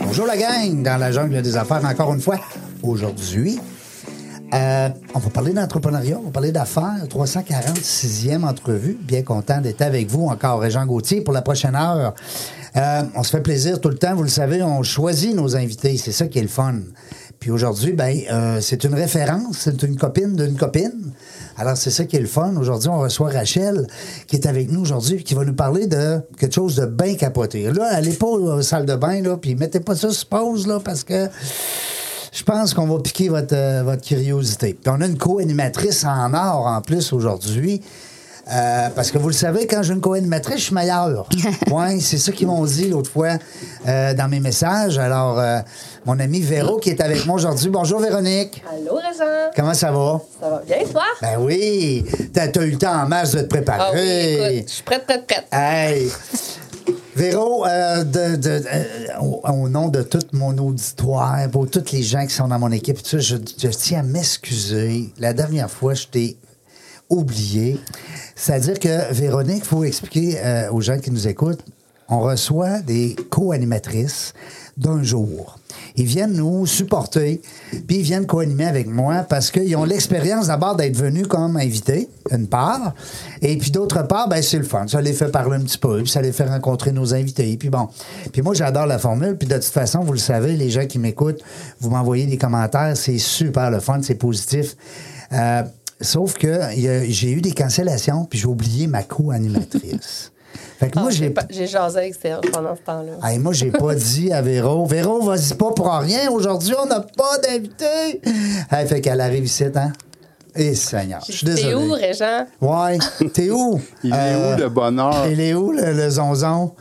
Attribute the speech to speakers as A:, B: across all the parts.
A: Bonjour la gang dans la jungle des affaires encore une fois aujourd'hui. euh, on va parler d'entrepreneuriat, on va parler d'affaires. 346e entrevue. Bien content d'être avec vous encore, Régent Gauthier, pour la prochaine heure. Euh, on se fait plaisir tout le temps, vous le savez, on choisit nos invités. C'est ça qui est le fun. Puis aujourd'hui, ben, euh, c'est une référence, c'est une copine d'une copine. Alors, c'est ça qui est le fun. Aujourd'hui, on reçoit Rachel, qui est avec nous aujourd'hui, qui va nous parler de quelque chose de bien capoté. Là, allez pas aux salle de bain, là, puis mettez pas ça sur pause, là, parce que je pense qu'on va piquer votre, euh, votre curiosité. Puis on a une co-animatrice en or, en plus, aujourd'hui. Euh, parce que vous le savez, quand j'ai une co-animatrice, je suis meilleur. ouais, c'est ça qu'ils m'ont dit l'autre fois euh, dans mes messages. Alors, euh, mon ami Véro qui est avec moi aujourd'hui. Bonjour Véronique.
B: Allô, Régent!
A: Comment ça va?
B: Ça va bien, toi?
A: Ben oui, t'as t'as eu le temps en masse de te préparer.
B: Ah oui, écoute, je suis prête, prête, prête.
A: Hey! Véro, euh, de- de- euh, au, au nom de tout mon auditoire, pour toutes les gens qui sont dans mon équipe, tout ça, je, je tiens à m'excuser. La dernière fois, je t'ai oublié. C'est-à-dire que, Véronique, il faut expliquer euh, aux gens qui nous écoutent, on reçoit des co-animatrices d'un jour. Ils viennent nous supporter, puis ils viennent co-animer avec moi parce qu'ils ont l'expérience d'abord d'être venus comme invités, d'une part, et puis d'autre part, ben, c'est le fun. Ça les fait parler un petit peu, puis ça les fait rencontrer nos invités. Puis bon, puis moi, j'adore la formule, puis de toute façon, vous le savez, les gens qui m'écoutent, vous m'envoyez des commentaires, c'est super le fun, c'est positif. Euh, sauf que il y a- j'ai eu des cancellations, puis j'ai oublié ma co-animatrice. fait que
B: Ah,
A: moi, j'ai Ah,
B: pas- j'ai jasé avec Serge pendant ce temps-là.
A: Hey, moi, j'ai pas dit à Véro. Véro, vas-y pas pour rien. Aujourd'hui, on n'a pas d'invité. Hey, fait qu'elle arrive ici, hein? Eh, Seigneur. Je suis
B: T'es
A: désolé.
B: où, Régent?
A: Ouais. T'es où?
C: Il
A: Euh,
C: est où le bonheur?
A: Il est où, le, le zonzon?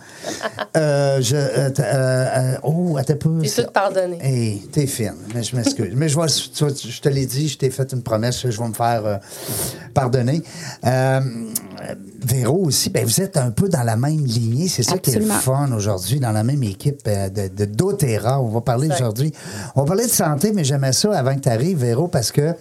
A: Euh, je, euh, t- euh, euh, oh, attends un peu.
B: T'es tout pardonné.
A: Hey, t'es fine, mais je m'excuse. mais je, vois, tu vois, je te l'ai dit, je t'ai fait une promesse, je vais me faire euh, pardonner. Euh, Véro aussi, ben, vous êtes un peu dans la même lignée, c'est ça qui est le
D: Absolument.
A: fun aujourd'hui, dans la même équipe euh, de, de d'Otera. On va parler
B: Exact.
A: aujourd'hui. On va parler de santé, mais j'aimais ça avant que tu arrives, Véro, parce que.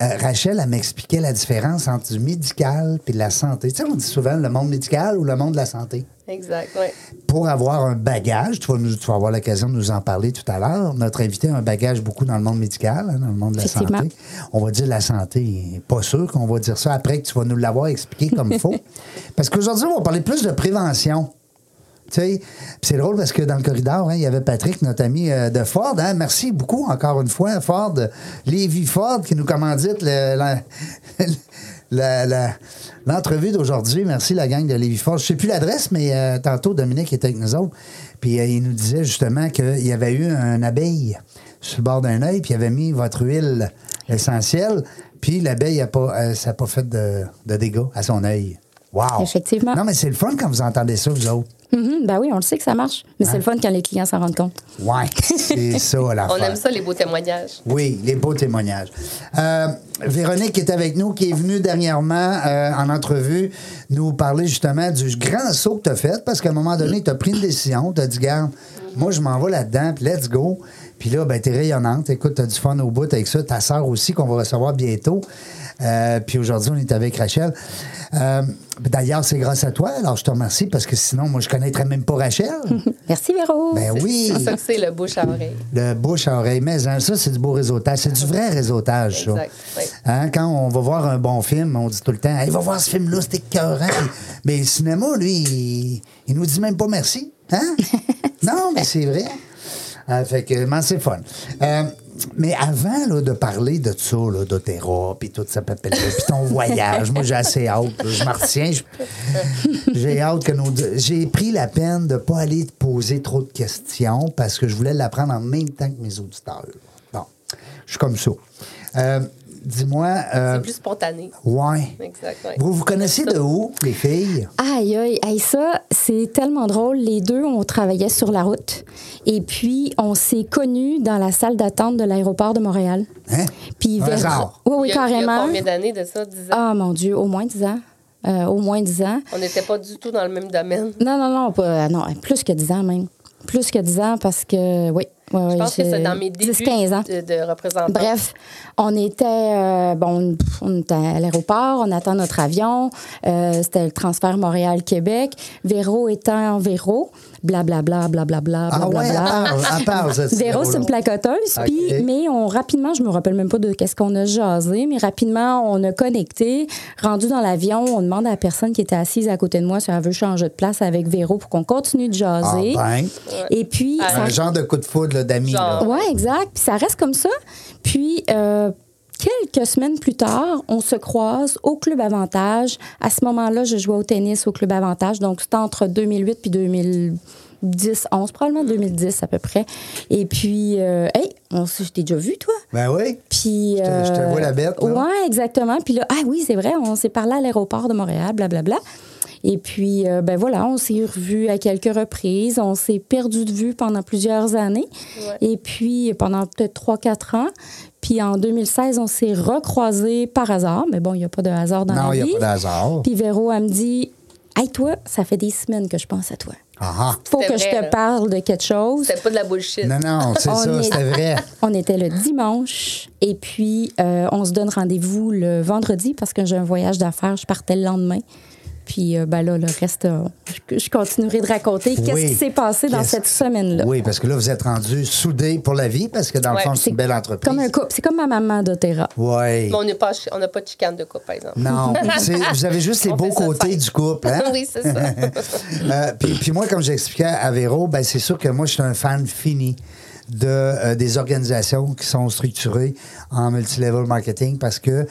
A: euh, Rachel, elle m'expliquait la différence entre du médical et de la santé. Tu sais, on dit souvent le monde médical ou le monde de la santé
B: Exact, oui.
A: pour avoir un bagage, tu vas, nous- tu vas avoir l'occasion de nous en parler tout à l'heure. Notre invité a un bagage beaucoup dans le monde médical, hein, dans le monde de la
D: Effectivement.
A: santé. On va dire la santé. Pas sûr qu'on va dire ça après que tu vas nous l'avoir expliqué comme il faut. Parce qu'aujourd'hui, on va parler plus de prévention. Tu sais, puis c'est drôle parce que dans le corridor, hein, il y avait Patrick, notre ami euh, de Ford. hein. merci beaucoup encore une fois, Ford, Lévi Ford, qui nous commandite le- la- la- la- l'entrevue d'aujourd'hui. Merci la gang de Lévi Ford. Je sais plus l'adresse, mais euh, tantôt Dominique était avec nous autres. Puis euh, il nous disait justement qu'il y avait eu un abeille sur le bord d'un œil, puis il avait mis votre huile essentielle, puis l'abeille a pas, euh, ça n'a pas fait de, de dégâts à son œil. Wow!
D: Effectivement.
A: Non, mais c'est le fun quand vous entendez ça, vous autres.
D: Mhm, ben oui, on le sait que ça marche. Mais c'est le fun quand les clients s'en rendent compte.
A: Ouais, c'est ça la
B: On aime ça, les beaux témoignages.
A: Oui, les beaux témoignages. Euh, Véronique est avec nous, qui est venue dernièrement euh, en entrevue nous parler justement du grand saut que tu as fait, parce qu'à un moment donné, tu as pris une décision, tu as dit, garde, moi je m'en vais là-dedans, puis let's go. Puis là, ben, tu es rayonnante, écoute, tu as du fun au bout avec ça, ta sœur aussi, qu'on va recevoir bientôt. Euh, puis aujourd'hui, on est avec Rachel. Euh, D'ailleurs, c'est grâce à toi, alors je te remercie, parce que sinon, moi, je connaîtrais même pas Rachel.
D: Merci, Véro.
A: ben oui.
B: C'est ça que c'est le bouche à oreille.
A: Le bouche à oreille. Mais hein, ça, c'est du beau réseautage. C'est du vrai réseautage, ça.
B: Exact, oui.
A: Hein, quand on va voir un bon film, on dit tout le temps Hey, va voir ce film-là, c'est écœurant. Mais le cinéma, lui, il, il nous dit même pas merci. Hein? non, mais c'est vrai. Euh, fait que, man, c'est fun. Euh, mais avant là, de parler de ça, là, d'Otera, puis tout ça, puis ton voyage, moi j'ai assez hâte, là, je m'en retiens. je- J'ai hâte que nos. J'ai pris la peine de ne pas aller te poser trop de questions parce que je voulais l'apprendre en même temps que mes auditeurs. Bon. Je suis comme ça. Euh, Dis-moi, euh,
B: C'est plus spontané.
A: ouais.
B: Exact, ouais.
A: Vous vous connaissez de où, les filles?
D: Aïe, aïe, aïe, ça, c'est tellement drôle. Les deux, on travaillait sur la route. Et puis, on s'est connus dans la salle d'attente de l'aéroport de Montréal.
A: Hein?
D: Puis,
A: Un
D: vers-
A: hasard.
D: Oui,
B: Il
D: oui,
B: y a- Il y a
D: carrément.
B: combien d'années de ça? 10 ans?
D: Ah, mon Dieu, au moins 10 ans. Euh, au moins 10 ans.
B: On n'était pas du tout dans le même domaine.
D: Non, non, non, pas, ah non, plus que 10 ans même. Plus que 10 ans parce que, oui. oui,
B: Je
D: oui,
B: pense que
D: j'ai
B: c'est dans mes débuts
D: 10-15 ans.
B: de, de représentant.
D: Bref, on était, euh, bon, pff, on était à l'aéroport, on attend notre avion. euh, C'était le transfert Montréal-Québec. Véro étant en Véro, blablabla, blablabla,
A: Ah ouais, elle
D: blablabla.
A: parle, elle parle, cette
D: Véro, c'est une
A: vidéo-là.
D: placoteuse.
A: Ok.
D: Puis, mais on rapidement, je me rappelle même pas de qu'est-ce qu'on a jasé, mais rapidement, on a connecté. Rendu dans l'avion, on demande à la personne qui était assise à côté de moi si elle veut changer de place avec Véro pour qu'on continue de jaser.
A: Ah ben.
D: Et puis,
B: Ah,
D: ça
A: Un genre de coup de foudre là, d'amis. là.
B: Genre.
D: oui, exact. Puis ça reste comme ça. Puis euh, quelques semaines plus tard, on se croise au Club Avantage. À ce moment-là, je jouais au tennis au Club Avantage. Donc, c'était entre 2008 puis 2010, 11, probablement 2010 à peu près. Et puis, euh, hey, on s- je t'ai déjà vu, toi?
A: Ben oui.
D: Puis,
A: te- je te vois la bête, là.
D: Ouais, exactement. Puis là, ah oui, c'est vrai, on s'est parlé à l'aéroport de Montréal, blablabla. Et puis, euh, ben voilà, on s'est revus à quelques reprises. On s'est perdu de vue pendant plusieurs années.
B: Ouais.
D: Et puis, pendant peut-être 3-4 ans. Puis en 2016, on s'est recroisés par hasard. Mais bon, il n'y a pas de hasard dans
A: Non,
D: la
A: il
D: vie.
A: n'y a pas d'hasard.
D: Puis Véro, elle me dit Hey, toi, ça fait des semaines que je pense à toi.
A: Ah
D: Faut
B: C'était
D: que
B: vrai,
D: je te
B: là.
D: parle de quelque chose.
B: C'était pas de la
A: ah.
B: bullshit.
A: Non, non, c'est
D: On
A: ça,
D: est-
A: c'était vrai.
D: On était le dimanche et puis euh, on se donne rendez-vous le vendredi parce que j'ai un voyage d'affaires. Je partais le lendemain. Puis euh, ben là, le reste, euh, je, je continuerai de raconter
A: Oui.
D: qu'est-ce qui s'est passé dans
A: Qu'est-ce-
D: cette semaine-là.
A: Oui, parce que là, vous êtes rendus soudés pour la vie, parce que dans le
B: Ouais.
A: fond, c'est une belle entreprise.
D: Comme un couple. C'est comme ma maman d'Otera.
A: Oui.
B: Mais on n'est pas chi- on n'a pas de chicane de couple, par exemple.
A: Non, c'est- vous avez juste les
B: On
A: beaux
B: fait ça de
A: côtés
B: fête.
A: du couple. Hein?
B: oui, c'est ça.
A: Euh, puis, puis moi, comme j'expliquais à Véro, ben, c'est sûr que moi, je suis un fan fini de, euh, des organisations qui sont structurées en multilevel marketing parce que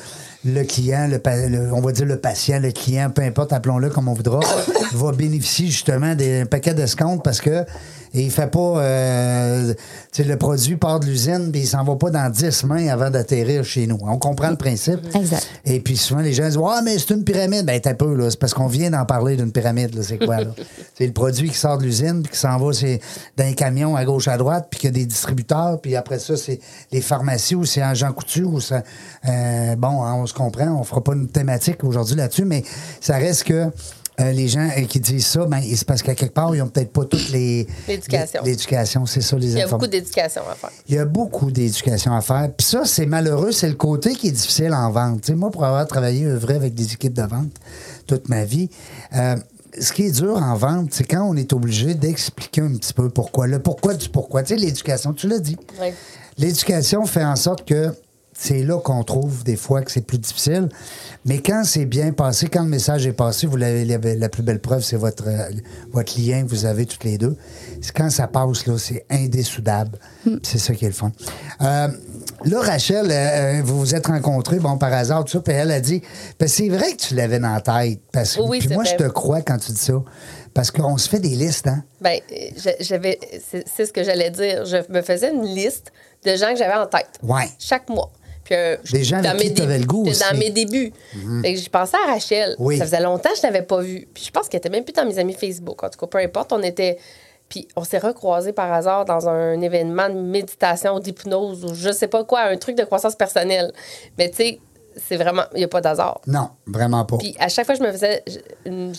A: le client, le, pa- le- on va dire le patient, le client, peu importe, appelons-le comme on voudra, va bénéficier justement d'un paquet d'escomptes parce que il fait pas... euh, tu sais, le produit part de l'usine puis il s'en va pas dans 10 mains avant d'atterrir chez nous. On comprend le principe.
D: Exact.
A: Et puis souvent, les gens disent Ah, mais c'est une pyramide. Ben, t'as peu, là. C'est parce qu'on vient d'en parler d'une pyramide, là. C'est quoi, là? c'est le produit qui sort de l'usine, puis qui s'en va c'est dans les camions à gauche, à droite, puis qu'il y a des distributeurs, puis après ça, c'est les pharmacies ou c'est en Jean Couture ou ça. euh, bon, hein, on se comprend, on fera pas une thématique aujourd'hui là-dessus, mais ça reste que. euh, les gens euh, qui disent ça, ben, c'est parce qu'à quelque part, ils n'ont peut-être pas toutes les.
B: L'éducation.
A: L'éducation, c'est ça, les
B: Il y a
A: inform-
B: beaucoup d'éducation à faire.
A: il y a beaucoup d'éducation à faire. Puis ça, c'est malheureux, c'est le côté qui est difficile en vente. Tu sais, moi, pour avoir travaillé, œuvré avec des équipes de vente toute ma vie, euh, ce qui est dur en vente, c'est quand on est obligé d'expliquer un petit peu pourquoi. Le pourquoi du pourquoi. Tu sais, l'éducation, tu l'as dit.
B: Ouais.
A: L'éducation fait en sorte que c'est là qu'on trouve des fois que c'est plus difficile. Mais quand c'est bien passé, quand le message est passé, vous l'avez la, la plus belle preuve, c'est votre, euh, votre lien que vous avez toutes les deux. C'est quand ça passe, là, c'est indésoudable.
B: Hmm.
A: Puis C'est ça qui est le fun. Euh, là, Rachel, euh, euh, vous vous êtes rencontrés, bon, par hasard, tout ça, puis elle a dit, ben, c'est vrai que tu l'avais dans la tête. Parce que,
B: Oui,
A: puis
B: c'est
A: moi,
B: vrai.
A: je te crois quand tu dis ça. Parce qu'on se fait des listes, hein?
B: Ben, euh, je- j'avais, c'est c'est ce que j'allais dire. Je me faisais une liste de gens que j'avais en tête.
A: Ouais.
B: Chaque mois. Puis, euh,
A: Des gens avec qui t'avais
B: débuts-
A: le goût
B: j'étais
A: aussi. Mhm.
B: Dans mes débuts. Fait que j'y pensais à Rachel.
A: Oui.
B: Ça faisait longtemps que je l'avais pas vue. Puis je pense qu'elle était même plus dans mes amis Facebook. En tout cas, peu importe, on était. Puis on s'est recroisés par hasard dans un événement de méditation ou d'hypnose ou je sais pas quoi, un truc de croissance personnelle. Mais tu sais, c'est vraiment. Il n'y a pas d'hasard.
A: Non, vraiment pas.
B: Puis à chaque fois, je me faisais une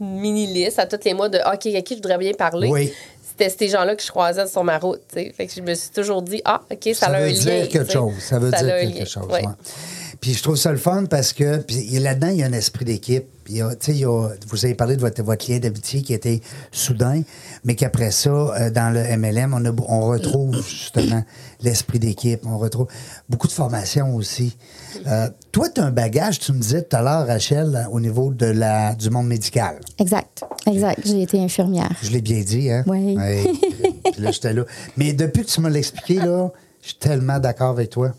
B: mini liste à tous les mois de ah, OK, à qui je voudrais bien parler.
A: Oui.
B: C'était ces gens-là que je croisais sur ma route. tu sais. Fait que je me suis toujours dit Ah, OK, ça,
A: Ça,
B: a un
A: veut
B: lien.
A: dire
B: tu
A: quelque
B: sais.
A: chose. Ça veut
B: a
A: dire
B: un
A: quelque
B: lien,
A: chose.
B: ouais.
A: ouais. Puis je trouve ça le fun parce que puis il- là-dedans, il y a un esprit d'équipe. Il y a- tu sais, il y a- vous avez parlé de votre, votre lien d'amitié qui était soudain, mais qu'après ça, euh, dans le MLM, on, a beau- on retrouve justement l'esprit d'équipe. On retrouve beaucoup de formations aussi. Euh, toi, tu as un bagage, tu me disais tout à l'heure, Rachel, au niveau de la, du monde médical.
D: Exact. Exact. J'ai été infirmière.
A: Je l'ai bien dit, hein?
D: Oui.
A: Puis là, j'étais là. Mais depuis que tu me l'expliqué, là, je suis tellement d'accord avec toi.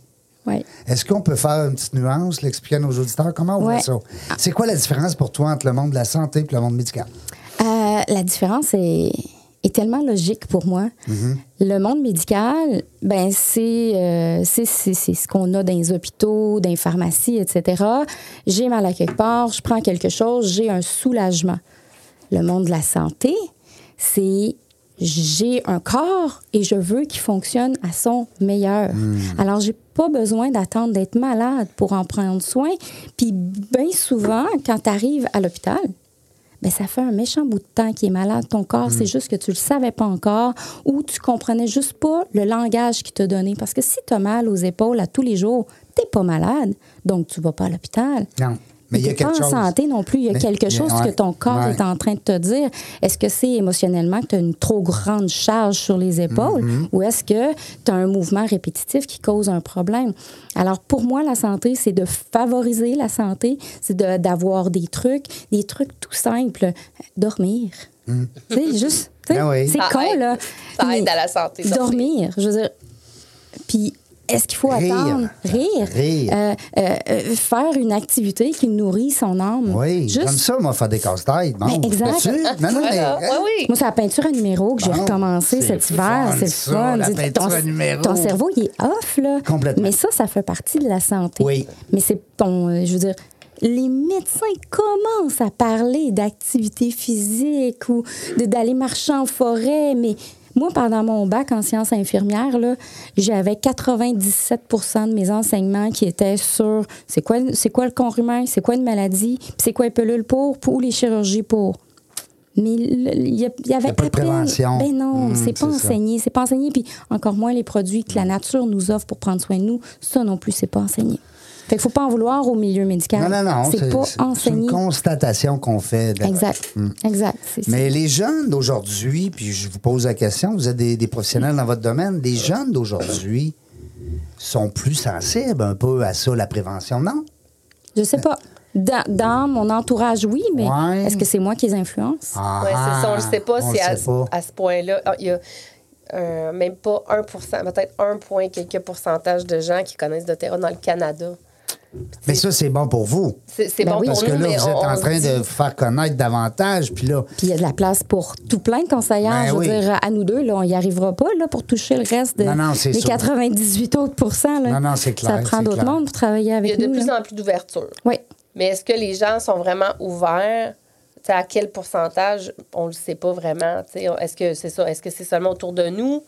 D: Oui.
A: Est-ce qu'on peut faire une petite nuance, l'expliquer à nos auditeurs? Comment on
D: Ouais.
A: voit ça? C'est quoi la différence pour toi entre le monde de la santé et le monde médical?
D: Euh, la différence est, est tellement logique pour moi. Le monde médical, ben c'est euh, c'est- c'est- c'est ce qu'on a dans les hôpitaux, dans les pharmacies, etc. J'ai mal à quelque part, je prends quelque chose, j'ai un soulagement. Le monde de la santé, c'est j'ai un corps et je veux qu'il fonctionne à son meilleur.
A: Hmm.
D: Alors, j'ai pas besoin d'attendre d'être malade pour en prendre soin. Puis, bien souvent, quand tu arrives à l'hôpital, ben, ça fait un méchant bout de temps qui est malade ton corps.
A: Hmm.
D: C'est juste que tu le savais pas encore ou tu comprenais juste pas le langage qu'il t'a donné. Parce que si tu as mal aux épaules à tous les jours, t'es pas malade, donc tu vas pas à l'hôpital.
A: Non. Mais il y a
D: t'es pas
A: quelque
D: en
A: chose.
D: santé non plus. Il y a
A: Mais-
D: quelque
A: il y a-
D: chose
A: ouais,
D: que ton corps
A: ouais.
D: est en train de te dire. Est-ce que c'est émotionnellement que tu as une trop grande charge sur les épaules
A: Mm-hmm.
D: ou est-ce que tu as un mouvement répétitif qui cause un problème? Alors, pour moi, la santé, c'est de favoriser la santé, c'est de- d'avoir des trucs, des trucs tout simples. Dormir. Tu sais, juste. tu sais,
A: Ah Mm. oui.
D: C'est
B: Ça
D: con,
B: aide.
D: là.
B: Ça aide
D: Mais
B: à la santé, dormir.
D: Dormir. Je veux dire. Puis, est-ce qu'il faut
A: Rire.
D: attendre? Rire.
A: Rire.
D: Euh, euh, euh, faire une activité qui nourrit son âme.
A: Oui,
D: Juste-
A: comme ça, moi, faire des casse-têtes. Bon,
D: Mais exact.
A: tu sais, Non, non, mais.
B: Voilà.
A: hein,
B: Ouais, oui.
D: Moi, c'est la peinture à numéro que j'ai
A: Bon,
D: recommencé
A: c'est
D: cet
A: le
D: hiver.
A: fun,
D: C'est le
A: ça,
D: fun.
A: la
D: Dis-
A: peinture
D: ton,
A: à numéro.
D: ton cerveau, il est off, là.
A: Complètement.
D: Mais ça, ça fait partie de la santé.
A: Oui.
D: Mais c'est ton. euh, Je veux dire. Les médecins commencent à parler d'activité physique ou de- d'aller marcher en forêt, mais moi, pendant mon bac en sciences infirmières, là, j'avais 97 de mes enseignements qui étaient sur c'est quoi, c'est quoi le corps humain, c'est quoi une maladie, puis c'est quoi les pelules pour, ou les chirurgies pour. Mais le- il y, a- il y
A: Il y
D: avait
A: a pas de
D: à peine-
A: prévention.
D: Ben non,
A: Mm,
D: c'est pas
A: c'est ça. Hmm.
D: enseigné. C'est pas enseigné. Puis encore moins les produits que la nature nous offre pour prendre soin de nous. Ça non plus, c'est pas enseigné. Fait qu'il faut pas en vouloir au milieu médical.
A: Non, non, non.
D: C'est pas
A: c'est une
D: enseigné.
A: constatation qu'on fait. de-
D: Exact. Exact. C'est-
A: Mais les jeunes d'aujourd'hui, puis je vous pose la question, vous êtes des, des professionnels dans votre domaine, les jeunes d'aujourd'hui sont plus sensibles un peu à ça, la prévention, non?
D: Je sais pas. Dans, dans mon entourage, oui, mais
A: Ouais.
D: est-ce que c'est moi qui les influence?
A: Ah,
B: Ouais, c'est ça, on le sait pas
A: on
B: si
A: le
B: à,
A: sait pas.
B: à ce point-là, ah, il y a euh, même pas 1 peut-être 1 point quelques pourcentages de gens qui connaissent doTERRA dans le Canada.
A: Mais ça, c'est bon pour vous.
B: C'est c'est
D: Ben
B: bon
D: oui.
B: pour
A: Parce
B: nous,
A: que là,
B: mais
A: vous êtes
B: on- on
A: en
B: se
A: train
B: dit-
A: de vous faire connaître davantage, puis là,
D: Puis il y a de la place pour tout plein de conseillères.
A: Ben
D: je veux
A: oui.
D: dire, à nous deux, là, on n'y arrivera pas là, pour toucher le reste de,
A: Non, non, c'est
D: des
A: sûr.
D: 98 autres pourcents, là.
A: Non, non, c'est clair,
D: Ça prend
A: c'est
D: d'autres
A: clair.
D: mondes pour travailler
B: Il y
D: avec
B: a de
D: nous.
B: plus
D: là.
B: en plus d'ouverture.
D: Oui.
B: Mais est-ce que les gens sont vraiment ouverts? Tu sais, à quel pourcentage? On ne le sait pas vraiment. tu sais. Est-ce que c'est ça? Est-ce que c'est seulement autour de nous?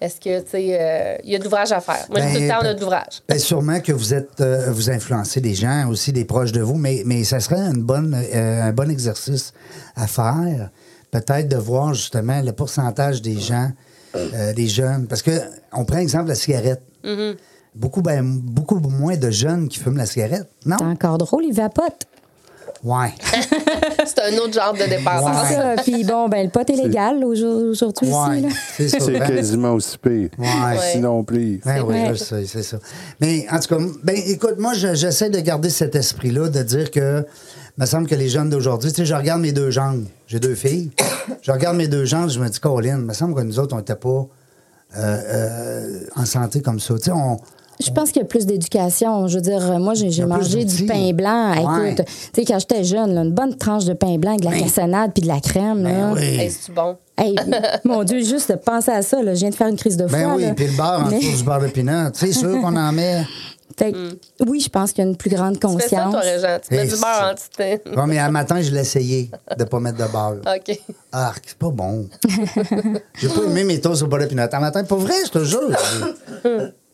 B: Est-ce que, tu sais, euh, il y a de l'ouvrage à faire? Moi, je dis tout
A: Ben,
B: le temps, on a
A: ben-
B: de l'ouvrage.
A: Bien, sûrement que vous êtes euh, vous influencez des gens aussi des proches de vous, mais, mais ça serait une bonne, euh, un bon exercice à faire, peut-être de voir justement le pourcentage des gens, euh, des jeunes, parce que on prend exemple la cigarette.
B: Mm-hmm.
A: Beaucoup ben, beaucoup moins de jeunes qui fument la cigarette, non
D: C'est encore drôle, il vapote.
A: Ouais.
B: C'est un autre genre de dépendance.
A: Ouais.
D: C'est ça. Puis bon, ben, le pot est légal aujourd- aujourd'hui aussi.
A: ouais.
D: là.
A: C'est ça.
C: C'est
A: Ben,
C: quasiment aussi pire.
A: Ouais.
C: Sinon pire.
A: Ben oui,
D: vrai.
A: je sais, c'est ça. Mais en tout cas, ben, écoute, moi, je- j'essaie de garder cet esprit-là, de dire que, me semble que les jeunes d'aujourd'hui, tu sais, je regarde mes deux jambes, j'ai deux filles, je regarde mes deux jambes, je me dis, Colin, me semble que nous autres, on n'était pas euh, euh, en santé comme ça. Tu sais, on.
D: Je pense qu'il y a plus d'éducation. Je veux dire, moi, j'ai, j'ai
A: Il y a plus
D: mangé du
A: d'outils.
D: pain blanc.
A: Ouais.
D: Écoute, tu sais, quand j'étais jeune, là, une bonne tranche de pain blanc, avec de la cassonade puis de la crème.
A: Ben
D: là.
A: oui.
B: Hey, c'est-tu bon?
D: Hey, mon Dieu, juste de penser à ça, là, je viens de faire une crise de foi.
A: Ben oui,
D: là.
A: puis le bar, en
D: Mais-
A: dessous du bar de pinot, c'est sûr qu'on en met.
D: Fait que, Oui, je pense qu'il y a une plus grande
B: Tu fais ça,
D: conscience.
B: toi, Régent? Tu mets
A: Hey,
B: du beurre
A: c'est-
B: en titane.
A: Bon, mais à matin, je l'ai essayé de ne pas mettre de bar.
B: OK.
A: Ah, c'est pas bon. J'ai pas aimé mes toasts au bol de pinot. En matin, pour vrai, je te jure.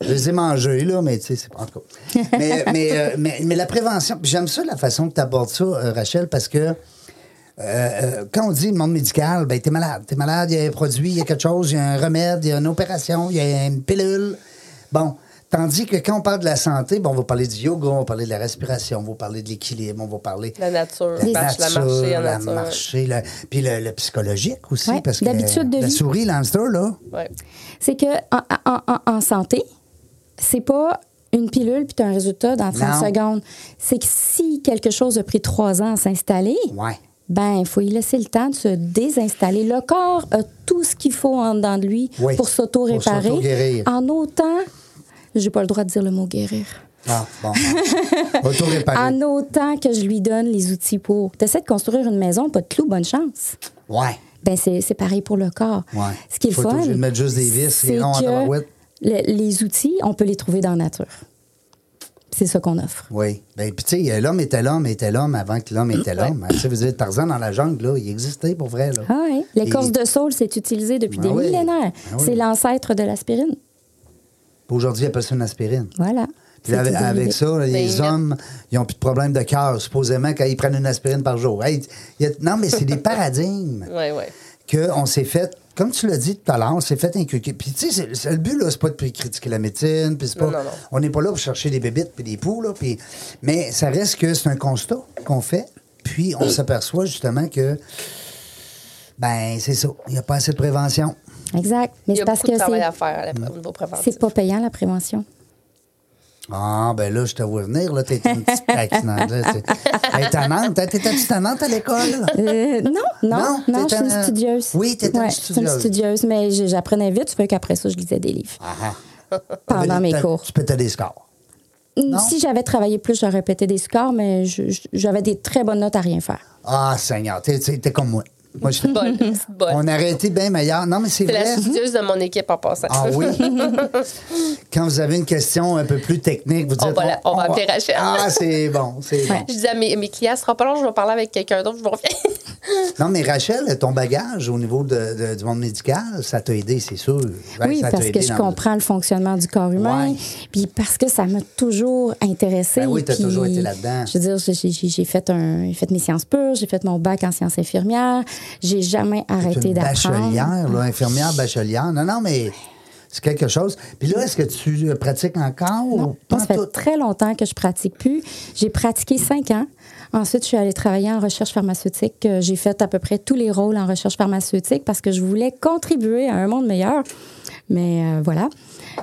A: Je les ai mangés, là, mais tu sais, c'est pas en tout cas. Mais, mais, euh, mais- mais la prévention, puis j'aime ça la façon que tu abordes ça, euh, Rachel, parce que euh, euh, quand on dit le monde médical, ben t'es malade. T'es malade, il y a un produit, il y a quelque chose, il y a un remède, il y a une opération, il y a une pilule. Bon. Tandis que quand on parle de la santé, ben, on va parler du yoga, on va parler de la respiration, on va parler de l'équilibre, on va parler
B: La nature.
A: la
B: marche, la
A: nature,
B: marche, la
A: la
B: nature.
A: marcher, le- puis le, le psychologique aussi,
D: Ouais,
A: parce que
D: d'habitude de
A: la
D: vie.
A: souris, l'hamster, là,
B: Ouais.
D: C'est que en, en- en- en santé, c'est pas une pilule puis tu as un résultat dans 30
A: Non.
D: secondes. C'est que si quelque chose a pris trois ans à s'installer,
A: ouais.
D: Ben, il faut y laisser le temps de se désinstaller. Le corps a tout ce qu'il faut en dedans de lui
A: Oui,
D: pour
A: pour
D: s'auto-réparer.
A: s'auto-guérir.
D: En autant, j'ai pas le droit de dire le mot guérir.
A: Ah, bon. Auto-réparé.
D: En autant que je lui donne les outils pour. T'essaies de construire une maison, pas de clous, bonne chance.
A: Ouais.
D: ben c'est c'est pareil pour le corps.
A: Ouais.
D: Ce qui est le
A: Faut être
D: fun,
A: obligé de mettre juste des vis, les
D: c'est
A: ronds en
D: que
A: tabarouette.
D: le- les outils, on peut les trouver dans la nature. C'est ça qu'on offre.
A: Oui. Ben, puis tu sais, l'homme était l'homme, était l'homme avant que l'homme était l'homme. Tu sais, vous dites, Tarzan dans la jungle, là, il existait pour vrai, là.
D: Ah ouais. L'écorce
A: Et-
D: de saule, c'est utilisé depuis
A: Ah
D: des
A: oui.
D: millénaires.
A: Ah oui.
D: C'est l'ancêtre de l'aspirine.
A: Aujourd'hui, il appelle ça une aspirine.
D: Voilà.
A: Puis avec,
D: C'est
A: avec
D: dérivé.
A: ça, là, les
B: Ben,
A: hommes, ils n'ont plus de problème de cœur, supposément, quand ils prennent une aspirine par jour. Hey, il y a- non, mais c'est des paradigmes
B: Oui, oui.
A: qu'on s'est fait, comme tu l'as dit tout à l'heure, on s'est fait inculquer. Puis tu sais, c'est- c'est- le but, là, c'est pas de critiquer la médecine, puis c'est pas,
B: Non, non, non.
A: on n'est pas là pour chercher des bébites puis des poux, là, puis, mais ça reste que c'est un constat qu'on fait, puis
B: Euh.
A: on s'aperçoit justement que, ben, c'est ça, il n'y a pas assez de prévention.
D: Exact. Mais
B: Il y
D: c'est
B: a
D: parce
B: beaucoup
D: que
B: de travail à
D: c'est,
B: faire à la- au
A: Mm.
B: niveau préventif.
D: c'est pas payant, la prévention.
A: Ah, ben là, je te vois venir, là, t'es une petite taquinante. là, t'es- Hey, tannante, hein, T'étais-tu tannante à l'école, là?
D: Euh, non, non,
A: Non,
D: non, je
A: t'étais
D: suis
A: un-
D: une studieuse.
A: Oui, t'étais une
D: Ouais, je suis
A: studieuse.
D: studieuse, mais j'ai- j'apprenais vite, fait qu'après ça, je lisais des livres
A: Ah,
D: pendant mes
A: T'as-
D: cours.
A: Tu pétais des scores. non?
D: Si j'avais travaillé plus, j'aurais pété des scores, mais je- je- j'avais des très bonnes notes à rien faire.
A: Ah, Seigneur, t'es- t'es t'es comme moi. Moi, je
B: Bonne, petite bonne.
A: On aurait été bien meilleur. Non, mais c'est
B: C'est la
A: vrai.
B: studieuse de mon équipe en passant.
A: Ah oui. Quand vous avez une question un peu plus technique, vous dites.
B: On va la- on va appeler Rachel.
A: Ah, c'est bon, c'est bon.
D: Ouais.
B: Je disais à mes, mes clients, ce sera pas long, je vais parler avec quelqu'un d'autre, je vous reviens.
A: Non, mais Rachel, ton bagage au niveau de- de- du monde médical, ça t'a aidé, c'est sûr. Ouais,
D: oui,
A: Ben, ça t'a
D: parce que
A: aidé
D: je
A: dans-
D: comprends le fonctionnement du corps humain,
A: Ouais.
D: puis parce que ça m'a toujours intéressée.
A: Ben oui, t'as
D: puis
A: toujours été là-dedans.
D: Je veux dire, j'ai- j'ai j'ai fait, un- j'ai fait mes sciences pures, j'ai fait mon bac en sciences infirmières, j'ai jamais
A: C'est
D: arrêté
A: une
D: d'apprendre.
A: bachelière, là, infirmière bachelière. Non, non, mais c'est quelque chose. Puis là, est-ce que tu euh, pratiques encore ou
D: Non,
A: pas
D: ça fait
A: tout?
D: très longtemps que je pratique plus. J'ai pratiqué cinq ans. Ensuite, je suis allée travailler en recherche pharmaceutique. Euh, J'ai fait à peu près tous les rôles en recherche pharmaceutique parce que je voulais contribuer à un monde meilleur. Mais euh, voilà.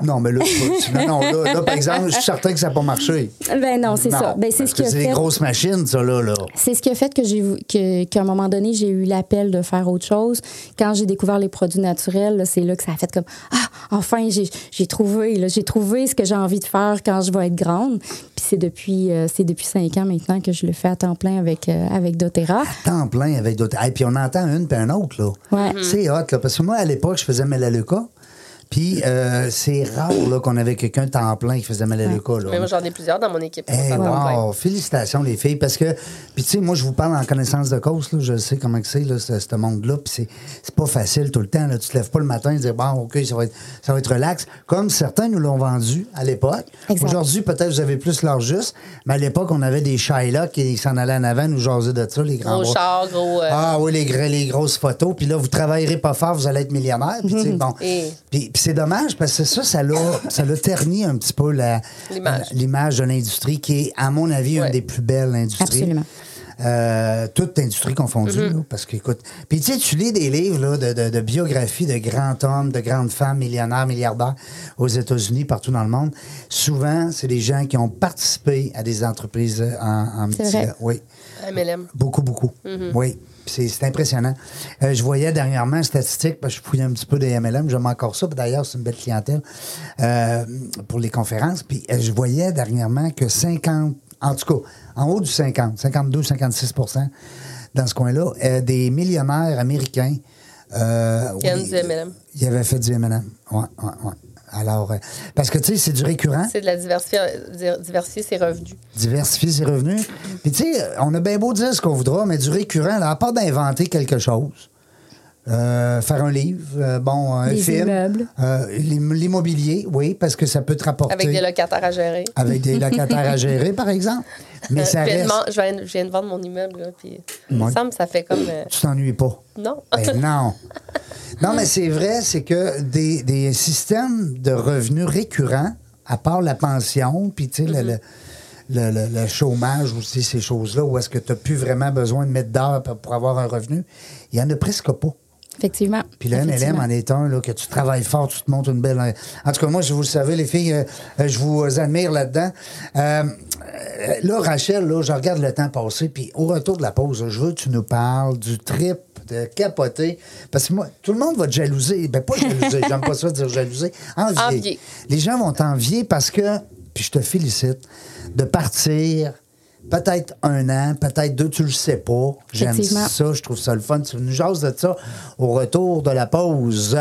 A: Non, mais là, tu- non, non, là, là, par exemple, je suis certain que ça n'a pas marché.
D: Ben non, c'est
A: Non,
D: ça. Ben, c'est
A: parce
D: ce qui
A: que
D: a
A: c'est des
D: fait-
A: grosses machines, ça, là. là.
D: C'est ce qui a fait que j'ai que- qu'à un moment donné, j'ai eu l'appel de faire autre chose. Quand j'ai découvert les produits naturels, là, c'est là que ça a fait comme Ah, enfin, j'ai j'ai trouvé, là, j'ai trouvé ce que j'ai envie de faire quand je vais être grande. Puis c'est depuis euh, c'est depuis cinq ans maintenant que je le fais à temps plein avec, euh, avec doTERRA.
A: Temps plein avec d'autres. Et puis on entend une puis un autre, là. Mm-hmm.
D: Ouais.
A: C'est hot, là. Parce que moi, à l'époque, je faisais Malaluca. Puis euh, c'est rare, là, qu'on avait quelqu'un temps plein qui faisait Malaluca, là.
B: Mais moi, j'en ai plusieurs dans mon équipe.
A: Eh,
B: ça tombe bien.
A: wow, félicitations les filles, parce que, puis tu sais, moi je vous parle en connaissance de cause, là, je sais comment que c'est, là, ce, ce monde-là, puis c'est, c'est pas facile tout le temps, là, tu te lèves pas le matin et dis, bon, ok, ça va, être, ça va être relax, comme certains nous l'ont vendu à l'époque.
D: Exact.
A: Aujourd'hui, peut-être vous avez plus l'heure juste, mais à l'époque, on avait des Shylock qui s'en allaient en avant, nous jaser de ça, les grands
B: Gros
A: bras.
B: char, gros. euh,
A: Ah oui, les, gr- les grosses photos. Puis là, vous travaillerez pas fort, vous allez être millionnaire. Puis, tu sais, bon.
B: Et-
A: Puis- puis c'est dommage parce que ça, ça l'a, ça l'a terni un petit peu la,
B: L'image.
A: l'image de l'industrie qui est, à mon avis,
B: Ouais.
A: une des plus belles industries.
D: Absolument. Mm-hmm.
A: Euh, toute industrie confondue, là, parce que, écoute, puis tu sais, tu lis des livres là, de, de- de biographies de grands hommes, de grandes femmes, millionnaires, milliardaires aux États-Unis, partout dans le monde. Souvent, c'est des gens qui ont participé à des entreprises en, en
D: C'est
A: métier.
D: vrai.
A: Oui.
B: MLM.
A: Beaucoup, beaucoup. Oui. Puis C'est c'est impressionnant. Euh, je voyais dernièrement une statistique, parce que je fouillais un petit peu des MLM, j'aime encore ça. puis D'ailleurs, c'est une belle clientèle euh, pour les conférences. Puis euh, je voyais dernièrement que 50, en tout cas, en haut du 50, 52, 56 dans ce coin-là, euh, des millionnaires américains. Euh,
B: Viennent du MLM.
A: Ils avaient fait du MLM. Oui, oui, oui. Alors, euh, parce que tu sais, c'est du récurrent
B: C'est de la diversifier, di- diversifier ses revenus.
A: diversifier ses revenus. Puis tu sais, on a bien beau dire ce qu'on voudra, mais du récurrent, là, à part d'inventer quelque chose, euh, faire un livre, euh, bon, un
D: Des
A: film,
D: immeubles.
A: euh, l'im- l'immobilier, oui, parce que ça peut te rapporter
B: Avec des locataires à gérer.
A: avec des locataires à gérer, par exemple. Mais
B: Euh,
A: ça
B: je, viens de
A: reste,
B: man- je viens- je viens de vendre mon immeuble, là, puis il
A: Ouais.
B: me semble que ça fait comme. euh,
A: tu t'ennuies pas.
B: non.
A: Ben non. Non, mais c'est vrai, c'est que des, des systèmes de revenus récurrents, à part la pension, puis tu sais, le- le, le- le- le chômage aussi, ces choses-là, où est-ce que tu n'as plus vraiment besoin de mettre d'heures pour, pour avoir un revenu, il y en a presque pas.
D: Effectivement.
A: Puis le MLM
D: Effectivement.
A: en est un, là, que tu travailles fort, tu te montes une belle. En tout cas, moi, je vous le savez, les filles, euh, euh, je vous admire là-dedans. Euh, euh, là, Rachel, là, je regarde le temps passer, puis au retour de la pause, là, je veux que tu nous parles du trip de capoter. Parce que moi, tout le monde va te jalouser. Ben, pas jalouser, j'aime pas ça dire jalouser. Envier.
B: Envier.
A: Les gens vont t'envier parce que, puis je te félicite, de partir peut-être un an, peut-être deux, tu le sais pas. J'aime
D: Effectivement.
A: ça, je trouve ça le fun. Tu nous jases de ça au retour de la pause.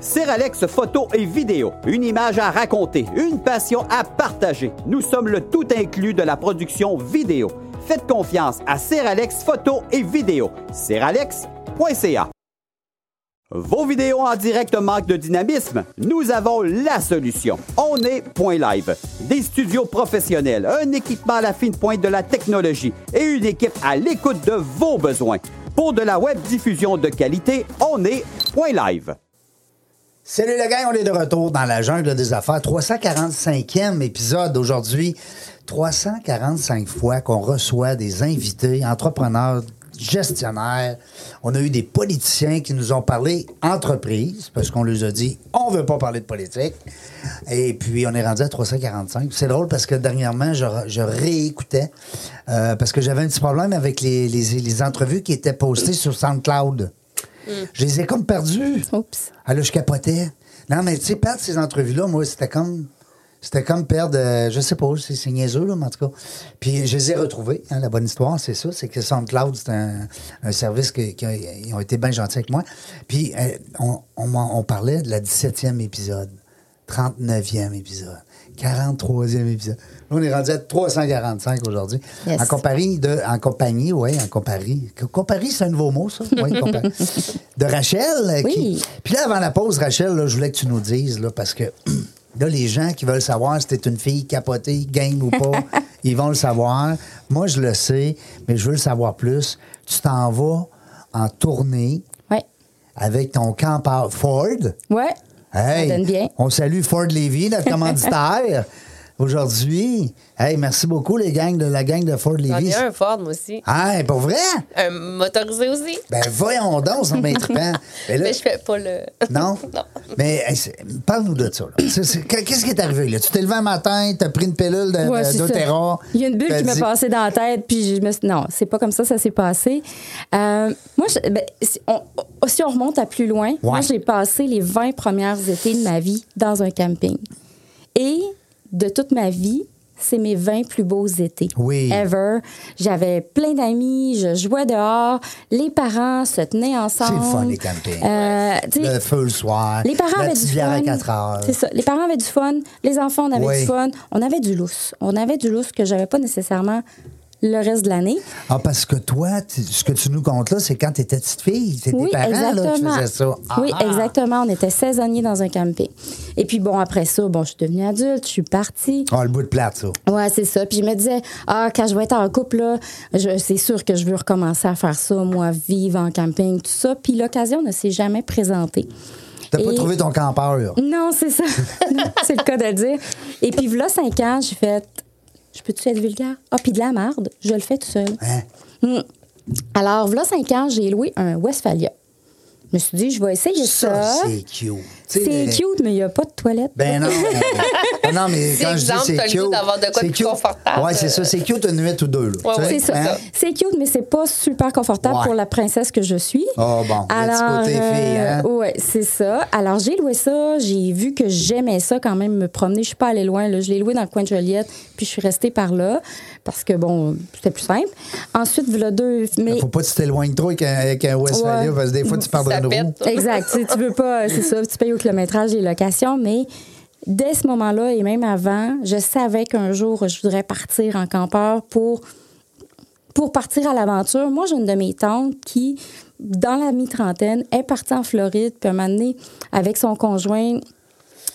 C: Seralex photo et vidéo, une image à raconter, une passion à partager. Nous sommes le tout inclus de la production vidéo. Faites confiance à Seralex photo et vidéo. Seralex.ca vos vidéos en direct manquent de dynamisme? Nous avons la solution. On est Point Live. Des studios professionnels, un équipement à la fine pointe de la technologie et une équipe à l'écoute de vos besoins. Pour de la web diffusion de qualité, on est Point Live.
A: Salut le gars, on est de retour dans la jungle des affaires. 345e épisode aujourd'hui. 345 fois qu'on reçoit des invités, entrepreneurs, gestionnaires. On a eu des politiciens qui nous ont parlé entreprise parce qu'on leur a dit on veut pas parler de politique. Et puis on est rendu à 345. C'est drôle parce que dernièrement je, je réécoutais euh, parce que j'avais un petit problème avec les, les- les entrevues qui étaient postées sur SoundCloud. Je les ai comme perdues.
D: Oups.
A: Ah là, je capotais. Non, mais tu sais, perdre ces entrevues-là, moi, c'était comme. C'était comme perdre, euh, je sais pas, c'est c'est niaiseux, là, mais en tout cas. Puis je les ai retrouvés. hein, la bonne histoire, c'est ça. C'est que SoundCloud, c'est un, un service que- que- ils ont été bien gentils avec moi. Puis euh, on, on m'en- on parlait de la 17e épisode, 39e épisode, 43e épisode. Là, on est rendu à 345 aujourd'hui.
D: Yes.
A: En compagnie de. En compagnie, oui, en compagnie. Compagnie, c'est un nouveau mot, ça. Oui, compagnie. de Rachel. euh, qui-
D: Oui.
A: puis là, avant la pause, Rachel, là, je voulais que tu nous dises, là, parce que là, les gens qui veulent savoir si t'es une fille capotée, game ou pas, ils vont le savoir. Moi, je le sais, mais je veux le savoir plus. Tu t'en vas en tournée
D: Ouais.
A: avec ton campeur Ford.
D: Ouais.
A: Hey,
D: Ça donne bien.
A: On salue Ford Levy, notre commanditaire, aujourd'hui. Hey, merci beaucoup, les gangs de la gang de Ford
B: J'en
A: Levy.
B: ai un Ford, moi aussi.
A: Hey, pour vrai?
B: Un motorisé aussi.
A: Ben, voyons donc, ça Ben m'intrigue.
B: Mais je fais pas le.
A: Non?
B: Non.
A: Mais hey, c'est- parle-nous de ça. là. C'est- c'est- que- Qu'est-ce qui est arrivé? Là? Tu t'es levé un matin, t'as pris une pilule euh, de, Ben,
D: Ouais,
A: de-
D: c'est ça.
A: d'Otera,
D: Il y a une bulle
A: t'as
D: qui m'a
A: dit-
D: passé dans la tête, puis je me suis non, c'est pas comme ça, ça s'est passé. Euh, moi, je- ben, si, on, si on remonte à plus loin, moi, j'ai passé les 20 premières étés de ma vie dans un camping. Et de toute ma vie, c'est mes 20 plus beaux étés.
A: Oui.
D: Ever. J'avais plein d'amis, je jouais dehors, les parents se tenaient ensemble.
A: C'est le fun, les campings.
D: Euh, tu sais,
A: Le feu le soir.
D: les parents
A: la
D: avaient
A: petite
D: du
A: bière
D: fun.
A: à 4 heures.
D: C'est ça. Les parents avaient du fun. Les enfants, on avait
A: Oui.
D: du fun. On avait du lousse. On avait du lousse que j'avais pas nécessairement le reste de l'année.
A: Ah, parce que toi, tu- ce que tu nous comptes là, c'est quand t'étais petite fille. C'est tes
D: Oui,
A: parents là, qui
D: exactement.
A: faisaient ça. Ah,
D: oui,
A: ah.
D: exactement. On était saisonniers dans un camping. Et puis bon, après ça, bon, je suis devenue adulte, je suis partie.
A: Ah, le bout de plate, ça.
D: Ouais, c'est ça. Puis je me disais, ah, quand je vais être en couple, là, je- c'est sûr que je veux recommencer à faire ça, moi, vivre en camping, tout ça. Puis l'occasion ne s'est jamais présentée.
A: T'as pas
D: Et-
A: trouvé ton campeur.
D: Non, c'est ça. c'est le cas de le dire. Et puis, voilà, cinq ans, j'ai fait. Je peux-tu être vulgaire? Ah, puis de la marde, je le fais tout seul.
A: Hein?
D: Mm. Alors, voilà, cinq ans, j'ai loué un Westphalia. Je me suis dit, je vais essayer ça.
A: Ça, c'est cute. Tu sais, les-
D: C'est cute, mais il n'y a pas de toilette.
A: Ben non. Ben non, mais
B: Si,
A: quand je dis
B: exemple,
A: c'est
B: t'as le goût
A: cute.
B: d'avoir de quoi de
A: c'est
B: plus
A: cute.
B: confortable.
A: Ouais, c'est ça. C'est cute une nuit ou deux. là,
B: Ouais,
A: tu sais,
D: C'est ça.
A: hein?
D: C'est cute, mais c'est pas super confortable
A: Ouais.
D: pour la princesse que je suis. euh,
A: Ah bon, le petit côté fille, hein?
D: ouais, c'est ça. Alors, j'ai loué ça. J'ai vu que j'aimais ça quand même me promener. Je suis pas allée loin. Là. Je l'ai loué dans le coin de Joliette, puis je suis restée par là parce que, bon, c'était plus simple. Ensuite, voilà deux. Mais
A: Faut pas que tu t'éloignes trop avec un, avec un Westphalia,
D: Ouais.
A: parce que des fois, tu pars de
B: Ça
A: une roue.
B: pète.
D: Exact. tu, sais, tu veux pas, c'est ça, tu payes au kilométrage et locations, mais dès ce moment-là et même avant, je savais qu'un jour, je voudrais partir en campeur pour, pour partir à l'aventure. Moi, j'ai une de mes tantes qui, dans la mi-trentaine, est partie en Floride, puis à un moment donné, avec son conjoint,